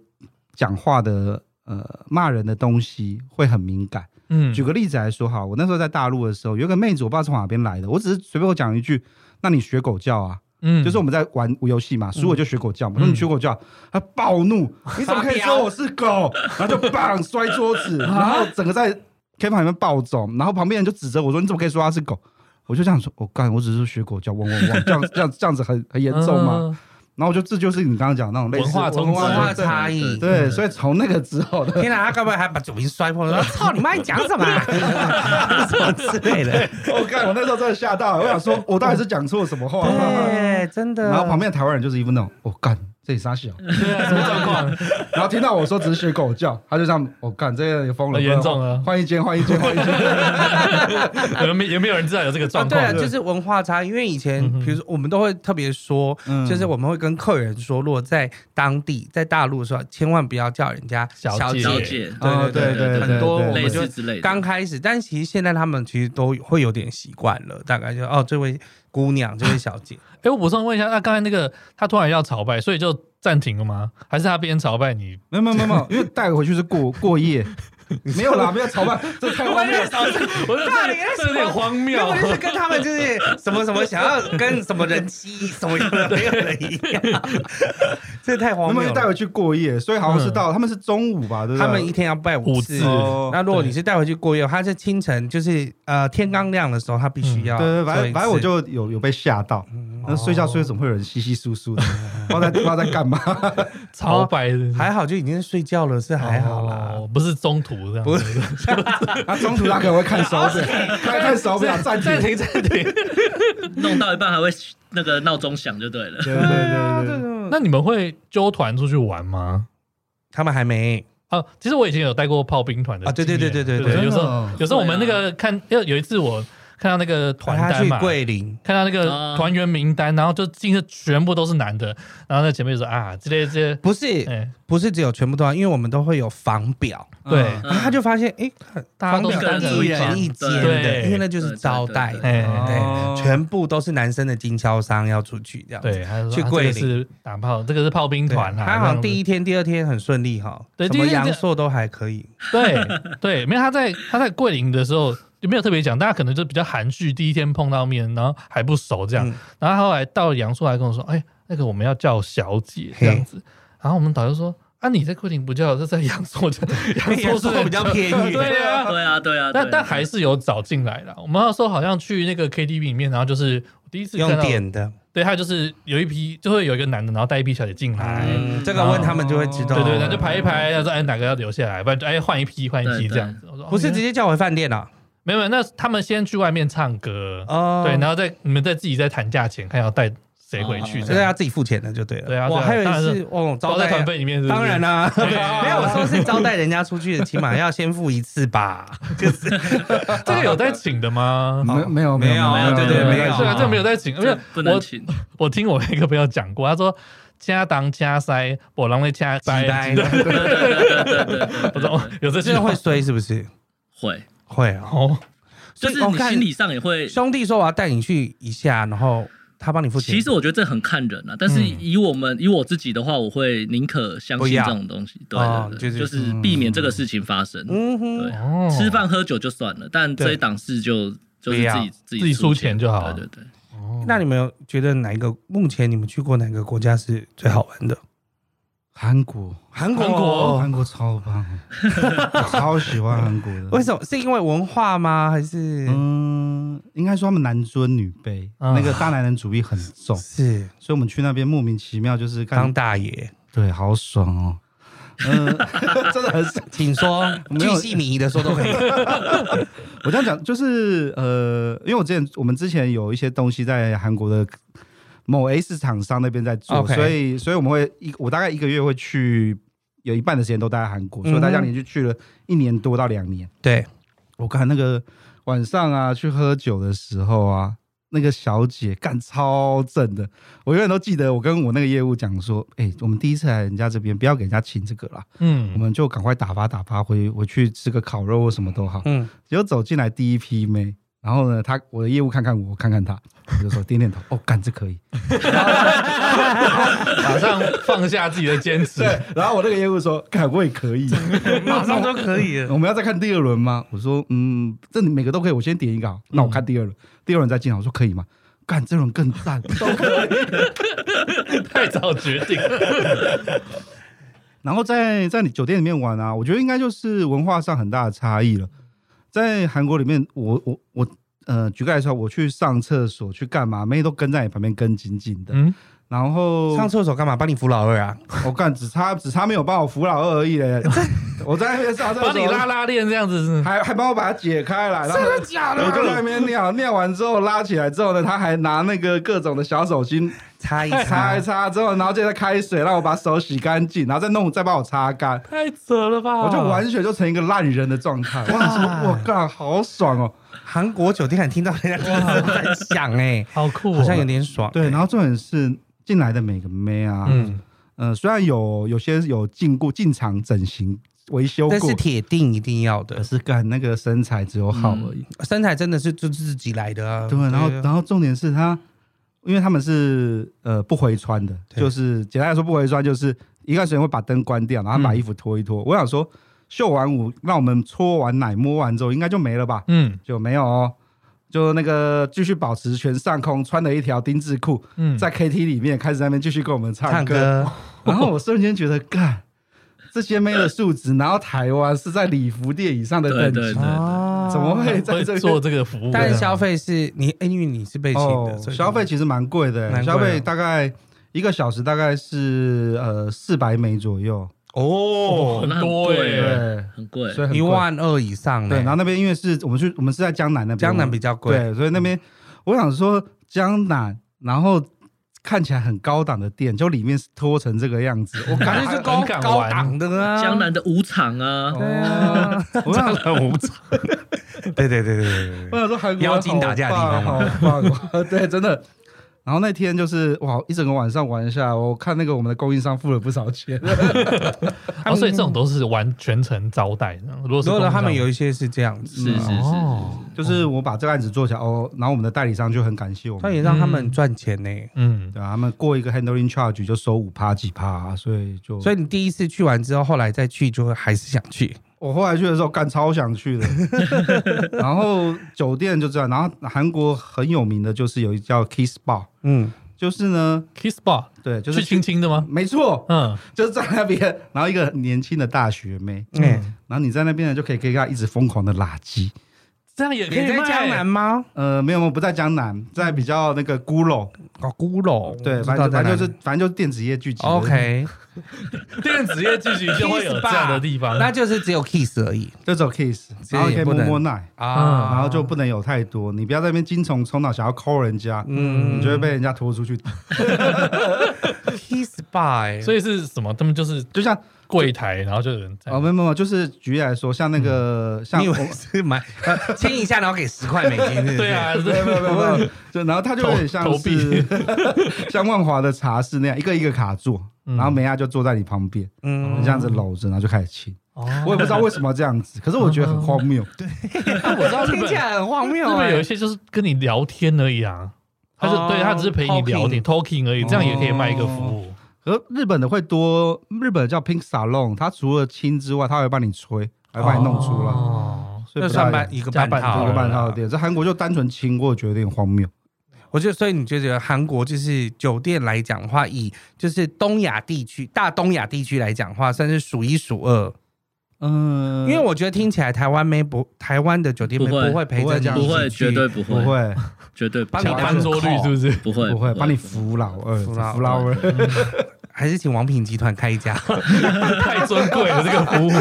D: 讲话的呃骂人的东西会很敏感。
A: 嗯，
D: 举个例子来说哈，我那时候在大陆的时候，有一个妹子，我不知道从哪边来的，我只是随便我讲一句，那你学狗叫啊？
A: 嗯
D: 就是我们在玩游戏嘛，输了就学狗叫嘛，我说你学狗叫，她暴 怒，你怎么可以说我是狗？然后就棒摔桌子，
A: 啊
D: 然后整个在 K 房里面暴走，然后旁边人就指责我说你怎么可以说他是狗？我就这样说，我、干，我只是学狗叫，汪汪汪，这样 这样这样子很很严重吗？
A: 嗯？
D: 然后就这就是你刚刚讲的那种类
A: 文
D: 似
A: 化嗯冲
D: 文
A: 击
B: 文化
D: 化
B: 差异。
D: 嗯对，所以从那个之后的
B: 天哪，他该不会还把酒瓶摔破了？说 操你妈！你讲什么、 啊？什么之类的？
D: 我看我那时候真的吓到了，我想说，我到底是讲错什么话？
A: 嗯
B: 对，真的。
D: 然后旁边的台湾人就是一副那种，我、干，这里傻小。
A: 对啊，什么状况？
D: 然后听到我说只是学狗叫，他就这样，我、干，这个也疯了，
A: 很严重啊
D: 换一间，换一间，换一 间。
A: 有没有没有人知道有这个
B: 啊，
A: 状
B: 对
A: 况？
B: 啊，就是文化差异。因为以前
A: 嗯，哼
B: 比如说我们都会特别说，
D: 嗯
B: 就是我们会跟客人说，如果在当地，在大陆的时候，千万不要叫人家
A: 小
B: 姐。
A: 姐
C: 小姐，
D: 哦对对
B: 很多我
D: 对
C: 类
B: 们就
C: 似之类的，
B: 刚开始，但其实现在他们其实都会有点习惯了，大概就哦，这位姑娘，这位小姐，
A: 哎，我补充问一下，那刚才那个他突然要朝拜，所以就暂停了吗？还是他边朝拜你？
D: 没有没有没有 没有，因为带回去是过过夜，没有啦，不要吵吧，这太荒谬了。
A: 我这
B: 到底在
A: 这有点荒谬
B: 要。不就是跟他们就是什么什么想要跟什么人妻什么有的没有的一样，这太
D: 他
B: 荒谬
D: 们
B: 了
D: 就。带回去过夜，所以好像
A: 嗯
D: 是到、他们是中午吧，对不对？
B: 他们一天要拜
A: 五
B: 次
A: 次，
D: 哦
B: 那如果
A: 对
B: 你是带回去过夜，他是清晨就是呃天刚亮的时候，他必须要
D: 嗯对对，反
B: 做一次。哦
D: 正
B: 嗯
D: 反正我就有有被吓到，那睡觉睡得怎么会有人稀稀疏 疏的，不知道在不知道在干嘛。
A: 朝拜是不是
B: 还好，就已经睡觉了，是还好啦。
A: 哦不是中途这样，
B: 不
A: 是
D: 他中途他可能会看 手表，看看手表暂停。
A: 停暂停。
C: 弄到一半还会那个闹钟响就对了。
D: 对对对对，
B: 对
A: 那你们会揪团出去玩吗？
B: 他们还没
A: 啊，其实我以前有带过炮兵团的
B: 啊对对
A: 经验
B: 对对对
A: 有时
D: 真的
A: 候
D: 哦
A: 有时候我们那个看，因为有一次我看到那个团
B: 啊他
A: 单
B: 去
A: 嘛，
B: 桂林，
A: 看到那
C: 啊
A: 个团员名单，然后就进去全部都是男的，然后那姐妹就说啊，这些这些，
B: 不是
A: 哎，
B: 不是只有全部都要，因为我们都会有房表，
A: 对，
C: 嗯
B: 然后他就发现哎，看
A: 大家都
B: 房
A: 是
B: 表
C: 各自
B: 一
C: 一
B: 人
C: 间
B: 一间
A: 对
B: 的，因为那就
C: 对
B: 是
C: 对
B: 招
C: 对
B: 待，
C: 对
A: 哎，
D: 哦
B: 对，全部都是男生的经销商要出去这样子。
A: 对，还是
B: 去桂林
A: 是打炮，这个是炮兵
B: 对，
A: 团啊，
B: 他好像第
A: 一
B: 一天、第二天很顺利哈，
A: 对
B: 什么
A: 第一天
B: 阳朔都还可 以。
A: 对对，没有他在他在桂林的时候就没有特别讲，大家可能就比较含蓄，第一天碰到面，然后还不熟这样，
B: 嗯
A: 然后他后来到了杨树还跟我说，哎，那个我们要叫小姐这样子，然后我们导游说。啊！你在桂林不叫，这在 阳朔叫，阳朔
B: 阳朔
A: 是
B: 比较偏远
A: 对啊，
C: 对啊，对啊，
A: 但
C: 对啊
A: 但还是有找进来了。我们那时候好像去那个 KTV 里面，然后就是我第一次看
B: 用
A: 到，
B: 点的，
A: 对他就是有一批，就会有一个男的，然后带一批小姐进来，
B: 嗯，哦这个问他们就会知道。
A: 哦对对对，就排一排，然后说哎哪个要留下来，不然就哎换一批换一批
C: 对对
A: 这样子。我说
B: 不是
A: 哦
B: 直接叫回饭店啊了
A: 没有没有，那他们先去外面唱歌，
B: 哦，
A: 对，然后再你们再自己再谈价钱，看要带谁回去
C: 哦
A: 这
B: 这个
A: 样。
B: 要自己付钱的就对了。
A: 对啊对啊
B: 我还有
A: 当然
B: 一
A: 是
B: 次哦，招
A: 包在
B: 待
A: 团费里面是不是，
B: 当然啦，
A: 对
B: 没有我说是招待人家出去的， 起码要先付一次吧。
A: 这个有在请的吗？
D: 没没有
B: 没有
D: 有
B: 对对没有
A: 对啊，这个没有在请，因
C: 这
A: 为
C: 不能
A: 我
C: 请，
A: 我听我一个朋友讲过，他说加当加塞，我让你加塞
B: 几，代的，
C: 对对对对对对，
A: 我说有 这
B: 真
A: 句
B: 的
A: 话
B: 会衰是不是？
C: 会，
B: 会啊，
A: 哦，
C: 就
B: 所以
C: 是
B: 哦
C: 你
B: 干
C: 心理上也会。
B: 兄弟说我要带你去一下，然后他帮你付钱。
C: 其实我觉得这很看人啊，但是以我们以我自己的话，我会宁可相
B: 不
C: 信这
B: 要
C: 种东西，对
B: 哦
C: 对对，
B: 就
C: 就是是避免这个事情发生。
B: 嗯哼，
C: 对啊，
A: 哦
C: 吃饭喝酒就算了，但这
B: 对
C: 一档事就就是
B: 不要
C: 自己自
A: 自己
C: 己
A: 出钱就好了
C: 对对对，
B: 那你们有觉得哪一个？目前你们去过哪个国家是最好玩的？
D: 韩国，
B: 韩
A: 韩国
D: 韩国 超棒，我超喜欢韩国的。
B: 为什么？是因为文化吗？还是、
D: 嗯，应该说他们男尊女卑，
B: 啊
A: 嗯
D: 那个大男人主义很重，
B: 是
D: 所以我们去那边莫名其妙就是
B: 当
D: 看，
B: 大爷？
D: 对，好爽哦。 嗯， 真的很爽。
B: 请说，
D: 没有
B: 巨细靡遗的说都可以。
D: 我这样讲就是呃，因为我之前我们之前有一些东西在韩国的某 A 市厂商那边在做
B: OK
D: 所以所以我们会一我大概一个月会去，有一半的时间都待在韩国，所以大家
B: 嗯哼
D: 连续去了一年多到两年。
B: 对，
D: 我看那个晚上啊，去喝酒的时候啊，那个小姐干超正的，我永远都记得。我跟我那个业务讲说，哎、我们第一次来人家这边，不要给人家请这个啦，我
A: 嗯，
D: 们就赶快打发打发回回去吃个烤肉或什么都好。
B: 嗯，
D: 结果走进来第一批妹，然后呢，她我的业务看看我，我看看她，我就说点点头，哦，干这可以。
A: 马上放下自己的坚持，
D: 对，然后我那个业务说，干我也可以。
B: 马上就可以了。
D: 我们要再看第二轮吗？我说，嗯，这你每个都可以，我先点一个好，那我看第二轮，第二轮再进来，我说可以吗？干，这轮更赞，都可以。
A: 太早决定，
D: 然后在在你酒店里面玩啊，我觉得应该就是文化上很大的差异了。在韩国里面，我我我，呃，举个来说，我去上厕所去干嘛，妹都跟在你旁边跟紧紧的，
A: 嗯，
D: 然后
B: 上厕所干嘛？帮你扶老二啊？
D: 我干只差只差没有帮我扶老二而已嘞，我在那边上厕所，
A: 把你拉拉链这样子是
D: 还还帮我把它解开来，真的假的？我就在那边尿，尿完之后拉起来之后呢，他还拿那个各种的小手巾
B: 擦一
D: 擦
B: 擦
D: 一，擦之后，然后接着开水让我把手洗干净，然后再弄再帮我擦干，
A: 太扯了吧
D: 我就完全就成一个烂人的状态。哦哇，我靠，好爽哦！
B: 韩国酒店还听到人家在响哎，
A: 好酷、哦，
B: 好像有点爽。
D: 对，然后重点是进来的每个妹啊，
A: 嗯，
D: 嗯，虽然有有些有进过进厂整形维修
B: 但
D: 过
B: 是，铁定一定要
D: 可
B: 的，
D: 是干那个身材只有好而已。
B: 身材真的是就自己来的啊。
D: 呃对，然后
B: 啊
D: 然后重点是他，因为他们是呃不回穿的，
B: 对
D: 就是简单来说不回穿就是一段时间会把灯关掉，然后把
B: 嗯
D: 衣服脱一脱。我想说秀完舞，让我们搓完奶摸完之后应该就没了吧？
A: 嗯
D: 就没有哦，就那个继续保持全上空，穿了一条丁字裤，
A: 嗯，
D: 在 KT 里面开始在那边继续跟我们唱
B: 唱歌，
D: 然后我瞬间觉得，干这些妹的素质，然后台湾是在礼服店以上的
C: 对
D: 等
C: 对
D: 级，
C: 对
B: 哦
D: 怎么会在
A: 会
D: 这个
A: 做这个服务，
B: 但是消费是你，哎因为你是被请的，所以
D: 哦消费其实蛮贵的、
B: 蛮贵
D: 消费
B: 啊
D: 大概一个小时大概是呃四百美左右，
A: 哦，
C: 那
A: 很
C: 很
A: 多哎、
C: 贵
A: 欸，
D: 对，
C: 很贵，
D: 所以很
B: 一
D: 贵。
B: 万二以上
D: 对，
B: 的
D: 然，后那边因为是我们去我们是在江南那边，
B: 江南比较贵。嗯
D: 对，所以那边我想说江南，然后看起来很高档的店，就里面是拖成这个样子， 我感
B: 感觉
D: 觉就
B: 就高
A: 很敢
B: 高
A: 玩
B: 档的啊，
C: 江南的舞场啊，
B: 对 啊，
D: 我想
A: 很无常，
B: 对对对对对对
D: 哦我
B: 对，
D: 想说韩国
B: 妖精打架的地方
D: 好
B: 嘛
D: 棒，好棒对，真的。然后那天就是哇，一整个晚上玩下来，我看那个我们的供应商付了不少 钱。
A: 哦，所以这种都是完全程招待的。如果是
B: 所有的他们
A: 工
B: 有一些是这样子，
C: 是是
D: 嗯
C: 是
A: 哦
C: 是
D: 就是我把这个案子做起来哦，然后我们的代理商就很感谢我
B: 他
D: 们，
B: 也让他们赚钱呢。
A: 商，嗯，
D: 对啊，他们过一个 handling charge 就收五趴几趴、啊，所以就
B: 所以你第一次去完之后，后来再去就会还是想去。
D: 我后来去的时候，干超想 去的。然后酒店就这样，然后韩国很有名的就是有一叫 Kiss Bar，
B: 嗯，
D: 就是呢，
A: kiss bar
D: 对，就是
A: 是亲亲的吗？
D: 没错，
A: 嗯，
D: 就是在那边，然后一个年轻的大学妹，
B: 哎，
D: 然后你在那边呢就可以跟她一直疯狂的拉鸡。
A: 这样 也可
B: 你
A: 以
B: 在
A: 卖
B: 江南吗？
D: 呃，没有，没有不在江南，在比较那个孤陋，
B: 哦，孤楼，
D: 对，
B: 不知
D: 反
B: 道
D: 正
B: 在
D: 反
B: 哪
D: 正
B: 里
D: 就是反正就是电子业聚集的。
B: OK，
A: 电子业聚集就会有这样的地方。
B: 那就是只有 kiss 而已嗯
D: 就走 kiss，然后可以摸摸奶，
A: 啊
D: 然后就不能有太多，你不要在那边精虫充脑想要抠人家，
B: 嗯
D: 你就会被人家拖出去。
B: Kiss Bar，哎
A: 所以是什么？他们就是
D: 就像
A: 柜台，然后就有人在
D: 哦，没有没有，就是举例来说，像那个像
B: 嗯你以
D: 我
B: 为是买呃亲一下，然后给十块美金，是不是
A: 对，啊，
D: 没有没有没有没有，就然后它就有点
A: 投
D: 像
A: 投币
D: 是 像万华的茶室那样，一个一个卡座，然后梅亚就坐在你旁边，
B: 嗯
D: 你这样子搂着，然后就开始亲。我也
A: 哦，
D: 不知道为什么要这样子，可是我觉得很荒谬。
B: 嗯
D: 对，
B: 我知道听起来很荒
A: 日
B: 谬
A: 本有欸
B: 哎
A: 一。些就是跟你聊天而已啊，他就
B: 哦
A: 对他只是陪你聊天 talking 而已，这样也可以卖一个服务。
D: 而日本的会多，日本叫 pink salon，它除了亲之外，它还会帮你吹，还会帮你弄出来，
A: 哦，
D: 所以
B: 这
D: 不太
B: 算半一个
A: 加
B: 半
A: 半
B: 套
A: 套
B: 了
D: 一个
A: 了
D: 半套啊
B: 啦
D: 的店。在韩国就单纯亲过，我觉得有点荒谬。
B: 我觉得，所以你就觉得韩国就是酒店来讲的话，以就是东亚地区、大东亚地区来讲的话，算是数一数二。
D: 嗯
B: 因为我觉得听起来台湾没不台湾的酒店没
C: 不会
B: 不会陪着你
C: 不会，
B: 一起
C: 绝
B: 去
C: 对不
D: 不
C: 会，
D: 会
C: 绝对不
B: 帮
C: 会
B: 你
A: 小翻桌率是不是？
C: 不会，
D: 不会帮你
C: 不会
D: 扶老二，
B: 扶老二
D: 扶老二。
B: 还是请王品集团开一 家
A: 太尊贵了这个服务。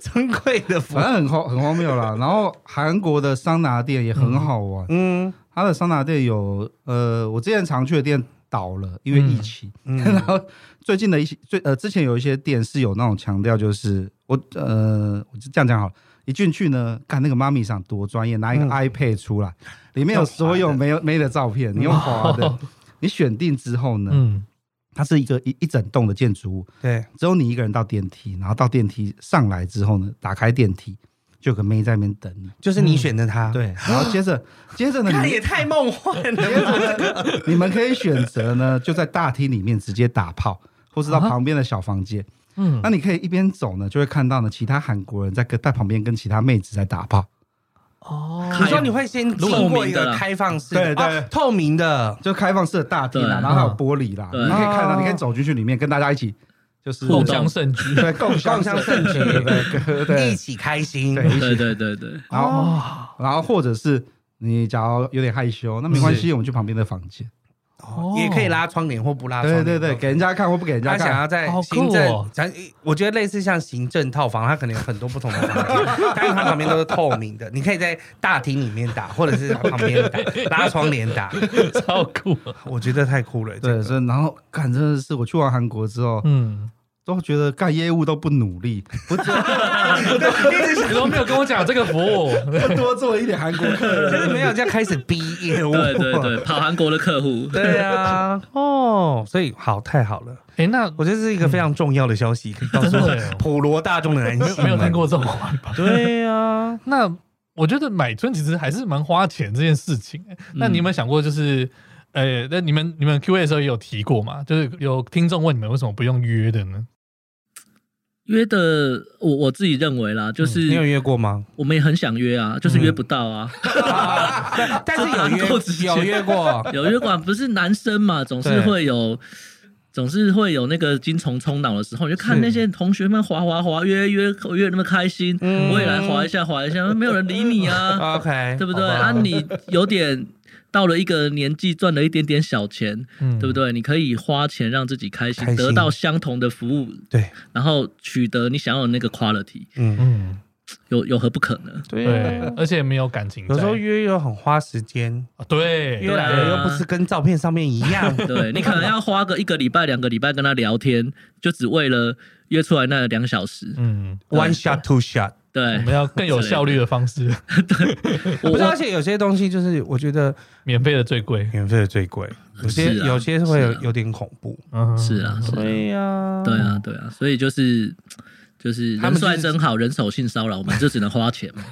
B: 珍贵的服务
D: 反。正很荒很荒谬啦。然后韩国的桑拿店也很好玩，
B: 嗯
D: 它的桑拿店有呃，我之前常去的店倒了，因为疫情。 然
B: 嗯，
D: 后最近的一些最呃，之前有一些店是有那种强调，就是我呃，我就这样讲好了。一进去呢，看那个妈咪上多专业，拿一个
B: 嗯
D: iPad 出来，里面有
B: 用滑的哦
D: 所有没有没的照片，你用滑的，你选定之后呢，
A: 嗯，
D: 它是一个一一整栋的建筑物，
B: 对，
D: 只有你一个人到电梯，然后到电梯上来之后呢，打开电梯就有个妹在那边等你。
B: 就是你选的他。，
D: 嗯对，哎然后接着 接着呢，
B: 那
D: 你
B: 也
D: 接
B: 太梦幻 了吧。
D: 着呢你们可以选择呢，就在大厅里面直接打炮，或是到
A: 啊
D: 旁边的小房间。
A: 嗯
D: 那你可以一边走呢，就会看到呢其他韩国人在跟在旁边跟其他妹子在打炮，
A: 哦
B: 你 说你会先经过一个开放式，
D: 透明的啦
B: 哦透明的，
D: 就开放式的大厅啦，
C: 对
D: 然后还有玻璃啦，
C: 对
D: 你可以看
B: 哦
D: 到，你可以走进去里面跟大家一起就是
A: 共襄盛举
D: 对共
B: 共
D: 享
B: 襄盛举，
D: 对
B: 一
D: 对
B: 起开心。
D: 对，一
C: 对
D: 起
C: 对对对，
D: 然后
A: 哦
D: 然后或者是你假如有点害羞，那没关系，我们去旁边的房间。
A: 哦
B: 也可以拉窗帘或不拉窗帘。
D: 对对对，给人家看或不给人家
B: 他想
D: 看，
B: 要在
A: 好
B: 行
A: 酷
B: 政
A: 哦，
B: 咱我觉得类似像行政套房，它可能有很多不同的房 间，但是它旁边都是透明的，你可以在大厅里面打，或者是旁边打， 拉窗帘打，
A: 超酷。啊
B: 我觉得太酷了。这
D: 对，
B: 个
D: 所以然后干真的是我去完韩国之后，
A: 嗯，
D: 都觉得干业务都不努力，不多
A: 你都没有跟我讲这个服 务，
D: 不多做一点韩国客 人。
B: 就是没有这样开始逼业务。
C: 对对对，跑韩国的客户，
B: 对啊，哦，所以好，太好了，
A: 哎，那
B: 我觉得这是一个非常重要的消息，可以告诉
A: 真的耶
B: 普罗大众的男
A: 没
B: 性
A: 有没有
B: 们
A: 听。过这种话吧？
B: 对啊，
A: 那我觉得买春其实还是蛮花钱这件事情。那你有没有想过，就是呃，那你们你们 Q A 的时候也有提过嘛？就是有听众问你们为什么不用约的呢？
C: 嗯约的，我我自己认为啦，就
B: 你有
C: 是
B: 约过吗？
C: 我们也很想约啊，就是约不到啊。
B: 但是有
C: 够直接
B: 约有约过，啊
C: 有约馆不是男生嘛，总是会有，总是会有那个精虫冲脑的时候，你就看那些同学们滑滑滑，约约约那么开心，
B: 嗯
C: 我也来滑一下滑一下，没有人理你啊，
B: OK，
C: 对不对？
B: 好吧
C: 啊，你有点到了一个年纪，赚了一点点小钱，
A: 嗯，
C: 对不对？你可以花钱让自己开心，
B: 开心
C: 得到相同的服务，
B: 对，
C: 然后取得你想要的那个 quality，
B: 嗯，啊
A: 嗯，
C: 有有何不可呢？
A: 对，而且没有感情在，
B: 有时候约又很花时间，
A: 啊对
B: 约来了又不是跟照片上面一样。
C: 对你可能要花个一个礼拜、两个礼拜跟他聊天，就只为了约出来那两小时。
A: 嗯，
B: One shot, two shot。
C: 对，
A: 我们要更有效率的方式，
C: 我
B: 不是，而
C: 我
B: 且有些东西就是，我觉得
A: 免费的最贵，
B: 免费的最贵，有些
C: 是啊
B: 有些会有
C: 是啊
B: 有点恐怖。
A: 嗯，
C: 是啊，是啊，
B: 对呀，
C: 对啊，对啊，所以就是就是
B: 他
C: 人
B: 们就是
C: 帅真好，人手性骚扰，我们就只能花钱 嘛。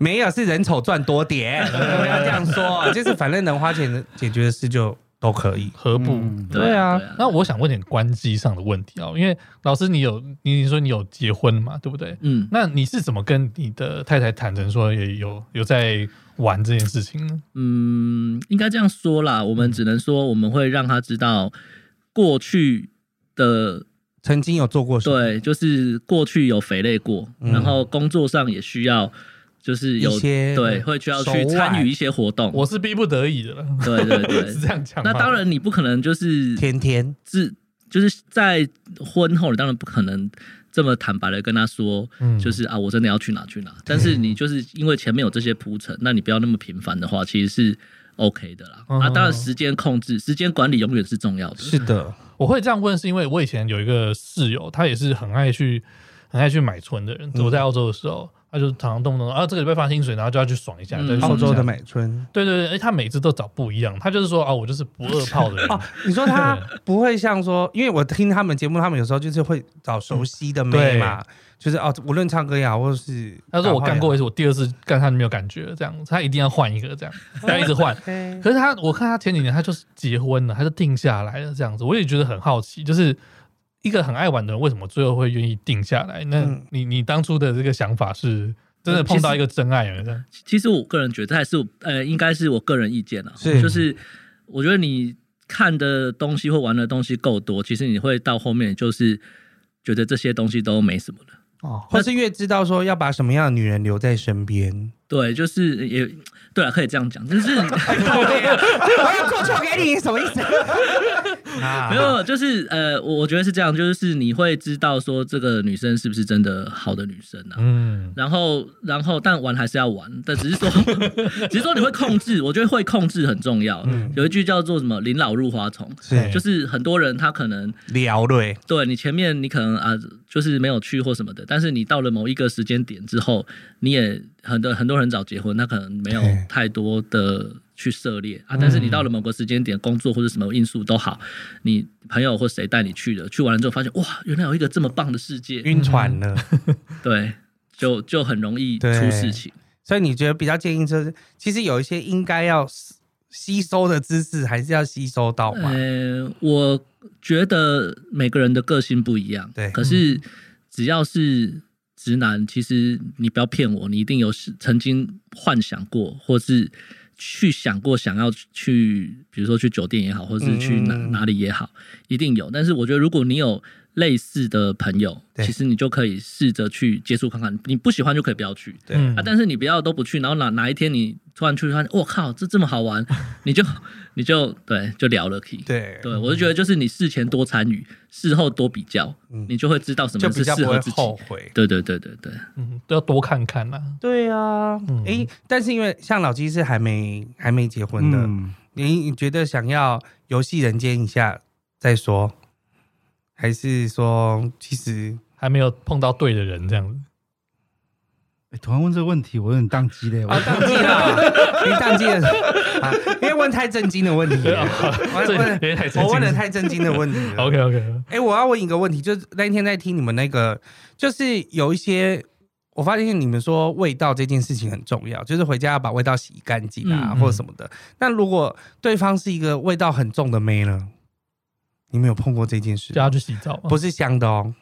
B: 没有是人丑赚多 点，不要这样说，就是反正能花钱的解决的事就都可以。
A: 何不？
D: 嗯
B: 对啊
C: 对啊，
A: 那我想问点关机上的问题哦，因为老师你有你你说你有结婚嘛，对不对？
C: 嗯，
A: 那你是怎么跟你的太太坦诚说也有有在玩这件事情呢？
C: 嗯，应该这样说啦，我们只能说我们会让他知道过去的
B: 曾经有做过什么？
C: 对，就是过去有肥累过，
B: 嗯
C: 然后工作上也需要。就是有
B: 一些
C: 对，会需要去
B: 手腕
C: 参与一些活动。
A: 我是逼不得已的了，
C: 对对 对
A: 是，这样讲吗。
C: 那当然你不可能就是
B: 天天
C: 自就是在婚后，你当然不可能这么坦白的跟他说，
A: 嗯
C: 就是啊，我真的要去哪去哪。但是你就是因为前面有这些铺陈，那你不要那么频繁的话，其实是 OK 的啦。
A: 嗯
C: 啊，当然时间控制、时间管理永远是重要的。
B: 是的，
A: 我会这样问，是因为我以前有一个室友，他也是很爱去很爱去买春的人。
B: 嗯
A: 我在澳洲的时候，他就常常动不动啊，这个礼拜发薪水，然后就要去爽一下。
C: 嗯
A: 再去爽
B: 澳
A: 一下
B: 洲的，美春
A: 对对对，哎，他每次都找不一样。他就是说啊，我就是不饿泡 的人。
B: 哦，你说他不会像说，因为我听他们节目，他们有时候就是会找熟悉的妹嘛，就是哦，无论唱歌也好，或者是
A: 他说我干
B: 一
A: 过一次，我第二次干他就没有感觉了，这样，他一定要换一 个这样，他一直换。可是他，我看他前几年他就是结婚了，他就定下来了这样子，我也觉得很好奇，就是一个很爱玩的人，为什么最后会愿意定下来？那
B: 嗯
A: 你你当初的这个想法是真的碰到一个真爱了这样？
C: 其实我个人觉得还是我呃，应该是我个人意见了，
B: 是
C: 就是我觉得你看的东西或玩的东西够多，其实你会到后面就是觉得这些东西都没什么了。
A: 哦，
B: 或是越知道说要把什么样的女人留在身 边，
C: 对，就是也对啊，可以这样讲，就是
B: 我要做错给你，什么意 思？啊
C: 没，有，就是呃，我我觉得是这样，就是你会知道说这个女生是不是真的好的女生啊。
A: 嗯，
C: 然后，然后，但玩还是要玩，但只是说，只是说你会控制，我觉得会控制很重要。有一句叫做什么“临老入花丛”，
A: 是
C: 就是很多人他可能
B: 聊对，
C: 对你前面你可能啊，就是没有去或什么的，但是你到了某一个时间点之后，你也很多很多人早结婚，他可能没有
B: 对
C: 太多的去涉猎啊，但是你到了某个时间点，工作或者什么因素都好，你朋友或谁带你去的，去完了之后发现哇，原来有一个这么棒的世界，
B: 晕船了。
C: 对，就就很容易
B: 对
C: 出事情。
B: 所以你觉得比较建议就是，其实有一些应该要吸吸收的知识，还是要吸收到嘛。
C: 呃，我觉得每个人的个性不一样，
B: 对
C: 可是只要是直男，其实你不要骗我，你一定有曾经幻想过，或是去想过想要去，比如说去酒店也好，或是去哪、
B: 嗯嗯嗯
C: 哪里也好，一定有。但是我觉得，如果你有类似的朋友，
B: 对
C: 其实你就可以试着去接触看看，你不喜欢就可以不要去。
B: 对
A: 嗯
C: 啊，但是你不要都不去，然后哪哪一天你突然去发现，我靠，这这么好 玩，你就你就对就聊了 key。
B: 对，
C: 对，我就觉得就是你事前多参与，事后多比较，
B: 嗯
C: 你就会知道什
B: 就
C: 么
B: 比
C: 是
B: 较
C: 适
B: 不
C: 合
B: 会
C: 自己。
B: 后悔。
C: 对对对对对，
A: 嗯，都要多看看啦。
B: 对啊，哎、
A: 嗯
B: 但是因为像老鸡是还没还没结婚的，
D: 嗯
B: 你你觉得想要游戏人间一下再说，还是说其实
A: 还没有碰到对的人这样子，
D: 欸突然问这个问题，我有点宕哦机嘞。我
B: 啊宕机 了，你宕机了啊？因为问太震惊的问题了，我
A: 这有
B: 问
A: 点太
B: 我问了太震惊的问题了。
A: OK OK，
B: 哎、我要问一个问题，就是那一天在听你们那个，就是有一些，我发现你们说味道这件事情很重要，就是回家要把味道洗干净啊，
A: 嗯
B: 或者什么的。那如果对方是一个味道很重的妹呢？你们有碰过这件事
A: 叫？他去洗澡嘛。
B: 不是香的哦，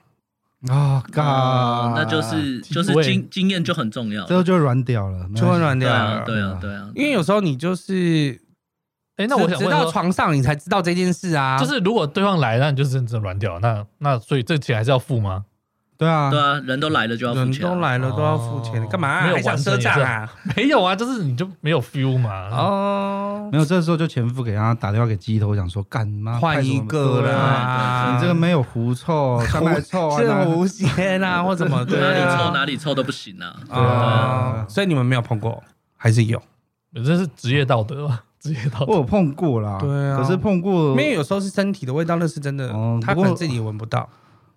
D: 啊，嘎
C: 啊，，那就是
A: 体
C: 就是
A: 味
C: 经经验就很重要
D: 最。后就软屌了，没关系
B: 就会软
C: 对
B: 掉
C: 啊
B: 了。
C: 对啊对啊，
B: 因为有时候你就是，
A: 哎，那我
B: 直
A: 想
B: 直
A: 问
B: 到
A: 说，
B: 床上你才知道这件事啊。
A: 就是如果对方来，那你就是真的软掉，那那所以这钱还是要付吗？
D: 对啊
C: 对，啊，人都来了就要付
B: 人
C: 钱
B: 都
C: 啊。
B: 来了都要付钱，
A: 哦
B: 干嘛、
A: 没有
B: 还想
A: 完成
B: 赊
A: 也
B: 账
A: 是
B: 啊？
A: 没有啊，就是你就没有 feel 嘛。
B: 哦，
D: 没有，这时候就前夫给他打电话给鸡头，想说干妈
B: 换一个啦。
D: 啊你这个没有狐臭，下面还臭啊，
B: 是
D: 那
B: 无限啊，或怎么
C: 哪
B: 对
C: 里臭
B: 啊
C: 哪里臭都不行啊！
B: 啊，所以你们没有碰过，还是有？
A: 对，这是职业道德吧？职业道
D: 我
A: 德。
D: 有碰过啦，
B: 对啊
D: 可是碰过
B: 因为有时候是身体的味道，那是真的
D: 哦，
B: 他可
D: 不过
B: 能自己也闻不到。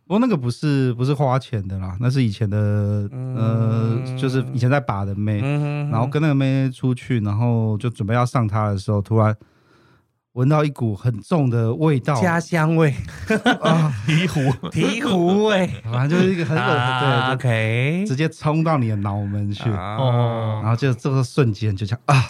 D: 不过那个不是不是花钱的啦，那是以前的、呃，就是以前在把的妹，
B: 嗯
D: 然后跟那个妹出去，然后就准备要上她的时候，突然闻到一股很重的味道，
B: 家乡味、
D: 哦啊，
A: 离湖，
B: 醍醐味
D: 反正就是一个很恶心、
B: 啊
D: 对，
B: ，OK，
D: 就直接冲到你的脑门去，
B: 哦，
D: 然
A: 哦，
D: 后就这个瞬间就这样啊，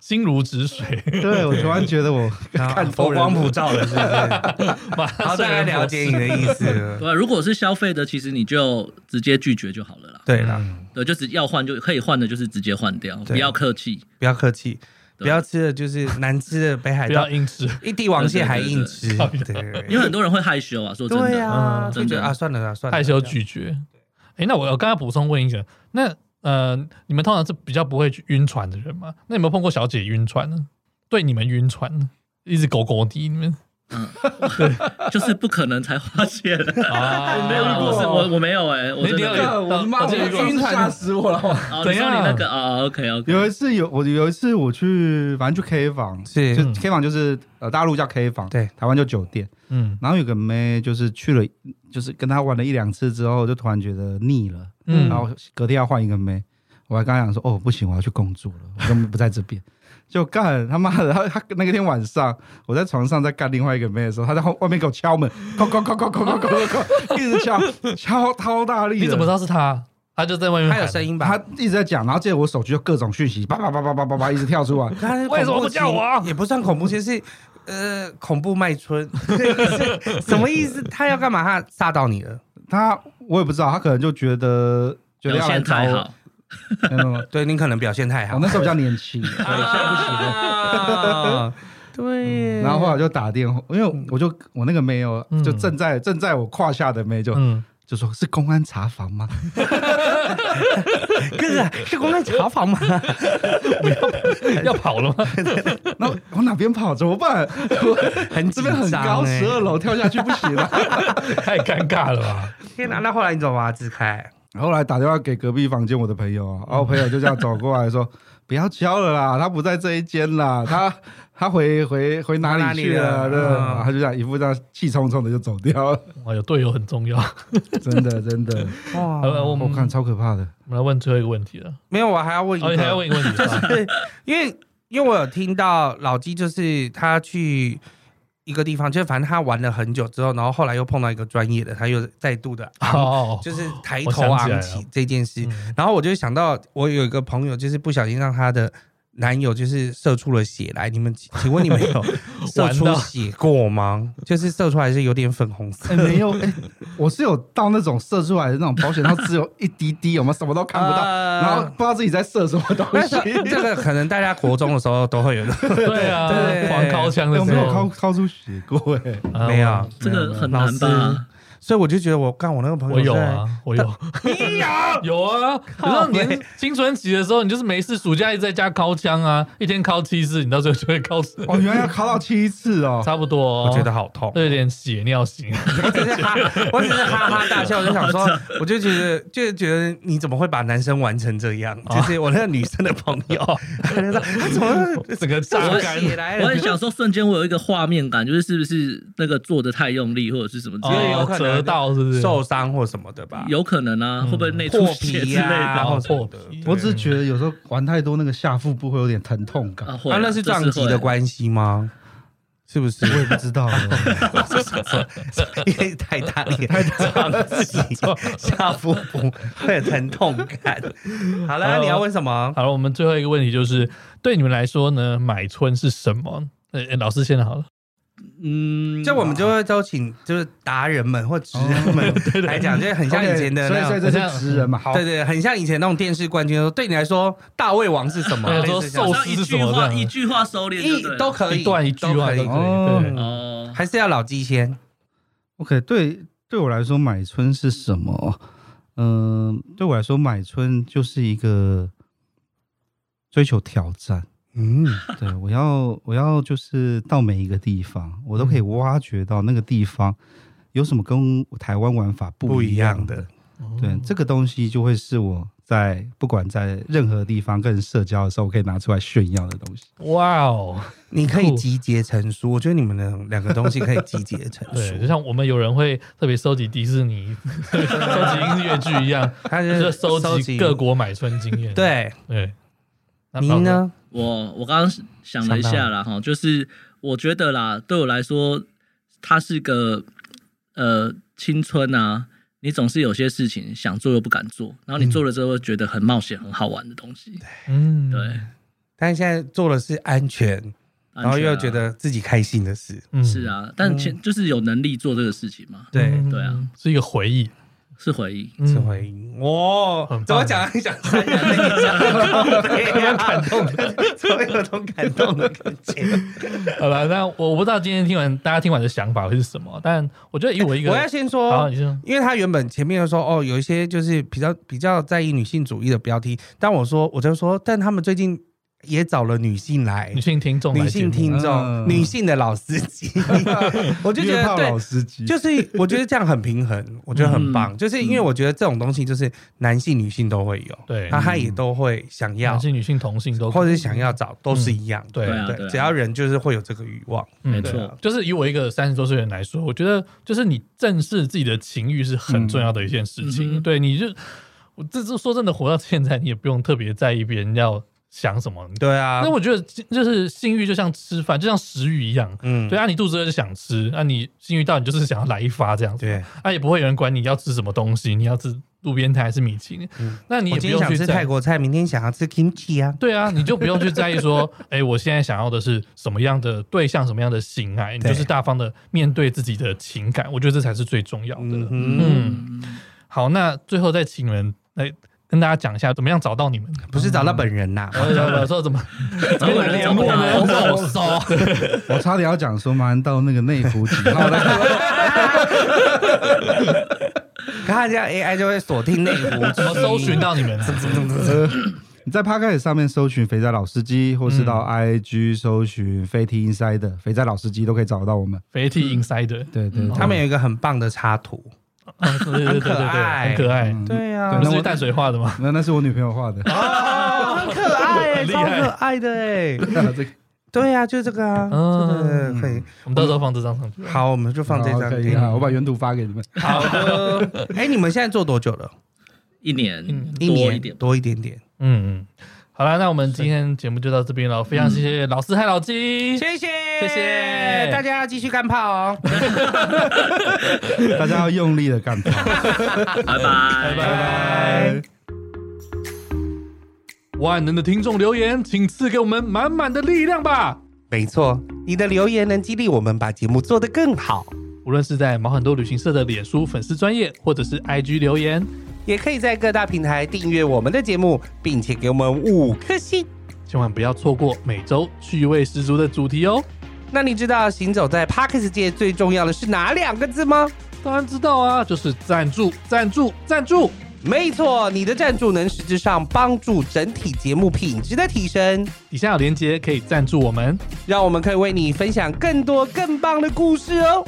A: 心如止水，
D: 对我突然觉 得我
B: 看佛光普照了，是不是？
A: 马
B: 好，大概
A: 上睡人
B: 了
A: 佛
B: 解
A: 系
B: 你的意思了。
C: 对啊，如果是消费的，其实你就直接拒绝就好了啦。
B: 对了，
C: 对，就只要换就可以换的，就是直接换掉，
B: 对
C: 不要客气。
B: 不要客气，
C: 对
B: 不要吃的就是难吃的北海
A: 不要
B: 道，
A: 硬吃。
B: 一帝王蟹还硬吃，
A: 对
B: 对
A: 对
B: 对
C: 因为
B: 对
C: 很多人会害羞啊，说真
B: 对
C: 的，
B: 啊，
A: 嗯
B: 就
C: 真
B: 觉得
C: 的
B: 啊，算了啦，算了啦，
A: 害羞
B: 这样
A: 拒绝。哎、那我我刚才补充问一个，那呃，你们通常是比较不会去晕船的人吗？那有没有碰过小姐晕船呢？对你们晕船呢？一直狗狗滴你们
C: 嗯，就是不可能才花钱。
A: 啊
C: 没有， 我是我我没有哎，我真
A: 你有
C: 的没有。
A: 到
D: 我的妈，
A: 到
D: 我
A: 这一
D: 晕船吓死我了。
C: 哦，
A: 怎
C: 你说你那
A: 样
C: 个哦 o k OK，
D: 有一次有我有一次我去，反正去 K 房，
B: 是
D: 就
A: 嗯
D: K 房就是呃大陆叫 K 房，
B: 对，
D: 台湾叫酒店。
A: 嗯
D: 然后有个妹就是去了，就是跟他玩了一两次之后，就突然觉得腻了，
A: 嗯
D: 然后隔天要换一个妹。我还刚想说，哦，不行，我要去工作了，我根本不在这边。就干他妈的，他他那个天晚上，我在床上在干另外一个妹的时候，他在后外面给我敲门，敲敲敲敲敲敲敲敲，一直敲敲超大力。
A: 你怎么知？道是他？他就在外面
B: 他
A: 喊，
B: 有声音吧？
D: 他一直在讲，然后接着我手机就各种讯息，叭叭叭叭叭叭叭一直跳出来。
B: 他是
A: 为什么
B: 恐怖
A: 不叫我啊
B: 情也不算恐怖，其实是呃恐怖卖春， 是什么意思？他要干嘛？他吓到你了？
D: 他我也不知道，他可能就觉得觉得
C: 表
D: 要来
C: 现
D: 找
C: 太
D: 我
C: 好，。
D: 没有没有没有
B: 对你可能表现太
D: 我
B: 好，
D: 那时候比较年轻，
B: 啊，对，
D: 然后后来就打电话，因为
B: 嗯
D: 我就我那个妹哦，
A: 嗯
D: 就正在正在我胯下的妹就
A: 嗯，
D: 就说是公安查房吗？
B: 哥 哥是公安查房吗？
A: 要跑了吗？
D: 然后我哪边跑怎么办？我
B: 很
D: 这边
B: 紧
D: 很高，
B: 张欸
D: 十 二楼跳下去不行啊了。
A: 太尴尬了吧？
B: 天哪！那后来你怎么把他支开？
D: 后来打电话给隔壁房间我的朋友
B: 嗯
D: 啊，然后我朋友就这样走过来说：“不要敲了啦，他不在这一间啦，他他回回回哪里去
B: 哪里了
D: 了？”对，
B: 嗯
D: 然后他就这样一副这样气冲冲的就走掉了，
A: 哇，有哎队友很重要。
D: 真的真的，
B: 哇
A: 好，了，我
D: 我
A: 们
D: 看超可怕的。
A: 我们来问最后一个问题了。
B: 没有，我还要问一
A: 哦，你还要
B: 个，
A: 问一个问题？是吧
B: 对，因为因为我有听到老纪就是他去。一个地方，就是反正他玩了很久之后，然后后来又碰到一个专业的，他又再度的
A: 哦，
B: 就是抬
A: 我
B: 头
A: 想起来
B: 昂
A: 了
B: 起这件事。
A: 嗯
B: 然后我就想到，我有一个朋友，就是不小心让他的男友就是射出了血来。你们请请问你们 有射
A: 玩
B: 出
A: 到
B: 血过吗？就是射出来是有点粉红 色。
D: 哎、没有，哎、我是有到那种射出来的那种保险套，只有一滴滴，有没有什么都看不到，
B: 呃
D: 然后不知道自己在射什么东
B: 但是
D: 西，
B: 这个可能大家国中的时候都会有 的，
A: 对啊
B: 对，
A: 狂掏枪的
D: 有
A: 时
D: 没有
A: 候
D: 掏掏出血过、哎，
A: 啊
B: 没有，
C: 这个很
B: 老
C: 难
B: 师
C: 吧？
B: 所以我就觉得我干我那个朋
A: 我
B: 友
A: 我有
B: 在，
A: 啊，我有，
B: 你有，
A: 有啊。你知道年青春期的时候，你就是没事，暑假一直在家敲枪啊，一天敲七次，你到最后就会敲死，
D: 哦，原来要敲到七次 哦，
A: 差不多哦。
B: 我觉得好痛。
A: 都有点血尿型，
B: 我只是哈，我只是哈哈大笑，我就想说，我就觉得，就觉得你怎么会把男生玩成这样？就是我那个女生的朋友，她就说他怎么
A: 整个
B: 这
A: 榨
B: 么
A: 干。
B: 血来
C: 我
B: 了
C: 很？想说，瞬间我有一个画面感，就是是不是那个做的太用力，或者是 什么之类的，
B: 有
A: 哦，
B: 可能
A: 折到是不是？
B: 受伤或什么的吧？
C: 有可能啊，
A: 嗯
C: 会不会内出
B: 破
C: 血
B: 皮啊
C: 之类
B: 呀、
C: 的？啊
A: 后
B: 或什么
A: 破
B: 的
A: 皮
B: 对
D: 我只是觉得有时候玩太多，那个下腹部会有点疼痛感，
C: 啊，会
B: 啊，
C: 啊
B: 那是撞击的，关系吗？是不是
D: 我？也不知道哦了。
B: 因为太大力，撞击下腹部会有疼痛感。好了，
A: 好
B: 你要问什么？
A: 好了，我们最后一个问题就是，对你们来说呢，买春是什么？呃，呃老师先好了，
C: 会嗯，
B: 就我们就会都请就是达人们或职 人
A: 哦
B: 们来讲，就是很像以前的
D: OK，所
B: 那
D: 以哦所以
B: 种。
D: 这是直人嘛，好
B: 对，对，很像以前那种电视冠军说，对你来说，大胃王是什么？
A: 对
B: 类似像
A: 说
C: 好
A: 寿
C: 像
A: 司
C: 一
A: 是什
C: 句
A: 么这
C: 话
A: 样
C: 一句话收敛就对了，
B: 一都可以，
A: 哦一段一句
B: 都
A: 话
B: 可
A: 都可以，
B: 以，
D: 哦
A: 对，
C: 哦，
B: 还是要老鸡先。
D: OK，对，对我来说，买春是什么？嗯、对我来说，买春就是一个追求挑战。
B: 嗯，
D: 对，我要我要就是到每一个地方，我都可以
B: 嗯
D: 挖掘到那个地方有什么跟台湾玩法
B: 不
D: 不
B: 一
D: 一
B: 样
D: 样
B: 的
D: 的。对，这个东西就会是我在不管在任何地方跟人社交的时候，我可以拿出来炫耀的东西。
A: 哇哦，
B: 你可以
A: 酷
B: 集结成书，我觉得你们的两个东西可以集结成
A: 对，就
B: 书。
A: 像我们有人会特别收集迪士尼、 收集音乐剧一 样，
B: 他
A: 就是是收集各国买春经验。
B: 对
A: 对，那
B: 您呢？
C: 我我刚刚想了一下啦，哈，就是我觉得啦，对我来说，它是个呃青春啊，你总是有些事情想做又不敢做，然后你做了之后会觉得很冒险、很好玩的东西，
A: 宝哥？嗯，
C: 对，
B: 但是现在做的是安全，然后
C: 安全啊
B: 又觉得自己开心的事。
A: 嗯
C: 是，啊，但前就是有能力做这个事情嘛，
B: 对，
A: 嗯
C: 对啊，
A: 是一个回忆，
C: 是回忆。
A: 嗯
B: 是回应。哇
A: 很棒，
B: 怎么讲？想三人一讲，有没有感动？怎么有种感动的感觉？
A: 好了，那我我不知道今天听完大家听完的想法会是什么，但我觉得以 我一个，
B: 我要先
A: 好，
B: 说。
A: 你说，
B: 因为他原本前面就说哦，有一些就是比较比较在意女性主义的标题，但我说我就说，但他们最近也找了女性来
A: 女，性听众来
B: 女
A: 节
B: 性
A: 目，
B: 听众，
D: 嗯
B: 女性的老司 机，我就觉
D: 约
B: 得
D: 炮
B: 对
D: 老司机，
B: 就是我觉得这样很平衡，我觉得很
A: 嗯
B: 棒。就是因为我觉得这种东西就是男性、女性都会有，
A: 对
B: 他他也都会想啊要
A: 男，性、女性、同性都可以
B: 或者是想要找，都是一样。
A: 对
C: 对啊
B: 嗯对，只要人就是会有这个欲望。
A: 嗯
C: 没
A: 对
C: 错
A: 啊就是以我一个三十多岁的人来说，我觉得就是你正视自己的情欲是很重要的一件事
C: 嗯嗯
A: 情。
C: 哼
A: 对，你就我这这说真的，活到现在，你也不用特别在意别人要想什么。
B: 对啊
A: 那，我觉得就是性欲就像吃饭，就像食欲一样。
B: 嗯，
A: 对啊，你肚子饿就想吃，那、你性欲到你就是想要来一发这样子，
B: 对。
A: 啊也不会有人管你要吃什么东西，你要吃路边摊还是米其林，
B: 嗯
A: 那你
B: 我
A: 也不
B: 今天
A: 用
B: 想
A: 去
B: 吃
A: 在
B: 泰国菜，明天想要吃 kimchi 啊。
A: 对啊，你就不用去在意说，哎、我现在想要的是什么样的对象，什么样的型爱，你
B: 对
A: 就是大方的面对自己的情感，我觉得这才是最重要的。
B: 嗯哼，
A: 嗯好，那最后再请人来跟大家讲一下，怎么样找到你们？
B: 不是找到本人呐。
A: 我我 说怎么
C: 找本人找不到
A: 联络我搜，
D: 我差点要讲说马上到那个内服几号的，
B: 可他这样 AI 就会锁定内 服，
A: 怎么搜寻到你们？
D: 呃你在 p o d c a s t 上面搜寻“肥仔老司机”，或
B: 嗯
D: 是到 IG 搜寻“飞 T Inside” 肥仔老司机，都可以找到我们。
A: 肥 T Insider，
D: 对对，对
B: 嗯他们有一个很棒的插图。
A: 对对对对对，很可爱。
D: 嗯
B: 对啊
D: 对
A: 不
D: 那
A: 是去
D: 我
A: 淡水画的 吗？
D: 那那是我女朋友 画的，
B: 哦，很可爱欸，
A: 很厉
B: 超
A: 害
B: 可爱的哎。
D: 这个
B: 对啊，就是这个啊，这
A: 嗯
B: 个可以。
A: 我们到时候放这张上去。
B: 好，我们就放这
D: 好
B: 张
D: 可
B: 给
D: 以啊，
B: 你。
D: 我把原图发给你们。
B: 好 的。哎，你们现在做多久了？
C: 一年
A: 嗯
B: 一
C: 多一
B: 年
C: 点吧，
B: 多一点点。
A: 嗯嗯，好了，那我们今天节目就到这边了，非常谢
D: 嗯
A: 谢老师还有老 鸡，
B: 谢谢，
A: 谢谢
B: 大家要继续干炮哦。
D: 大家要用力的干炮。
C: 拜拜
A: 拜拜。万能的听众留言，请赐给我们满满的力量吧！
B: 没错，你的留言能激励我们把节目做得更好，
A: 无论是在毛很多旅行社的脸书粉丝专业，或者是 IG 留言，
B: 也可以在各大平台订阅我们的节目，并且给我们五颗星。
A: 千万不要错过每周趣味十足的主题哦！
B: 那你知道行走在 p a r k e s 界最重要的是哪两个字吗？
A: 当然知道啊，就是赞助、赞助、赞助！
B: 没错，你的赞助能实质上帮助整体节目品质的提升，
A: 底下有链接可以赞助我们。
B: 让我们可以为你分享更多更棒的故事哦。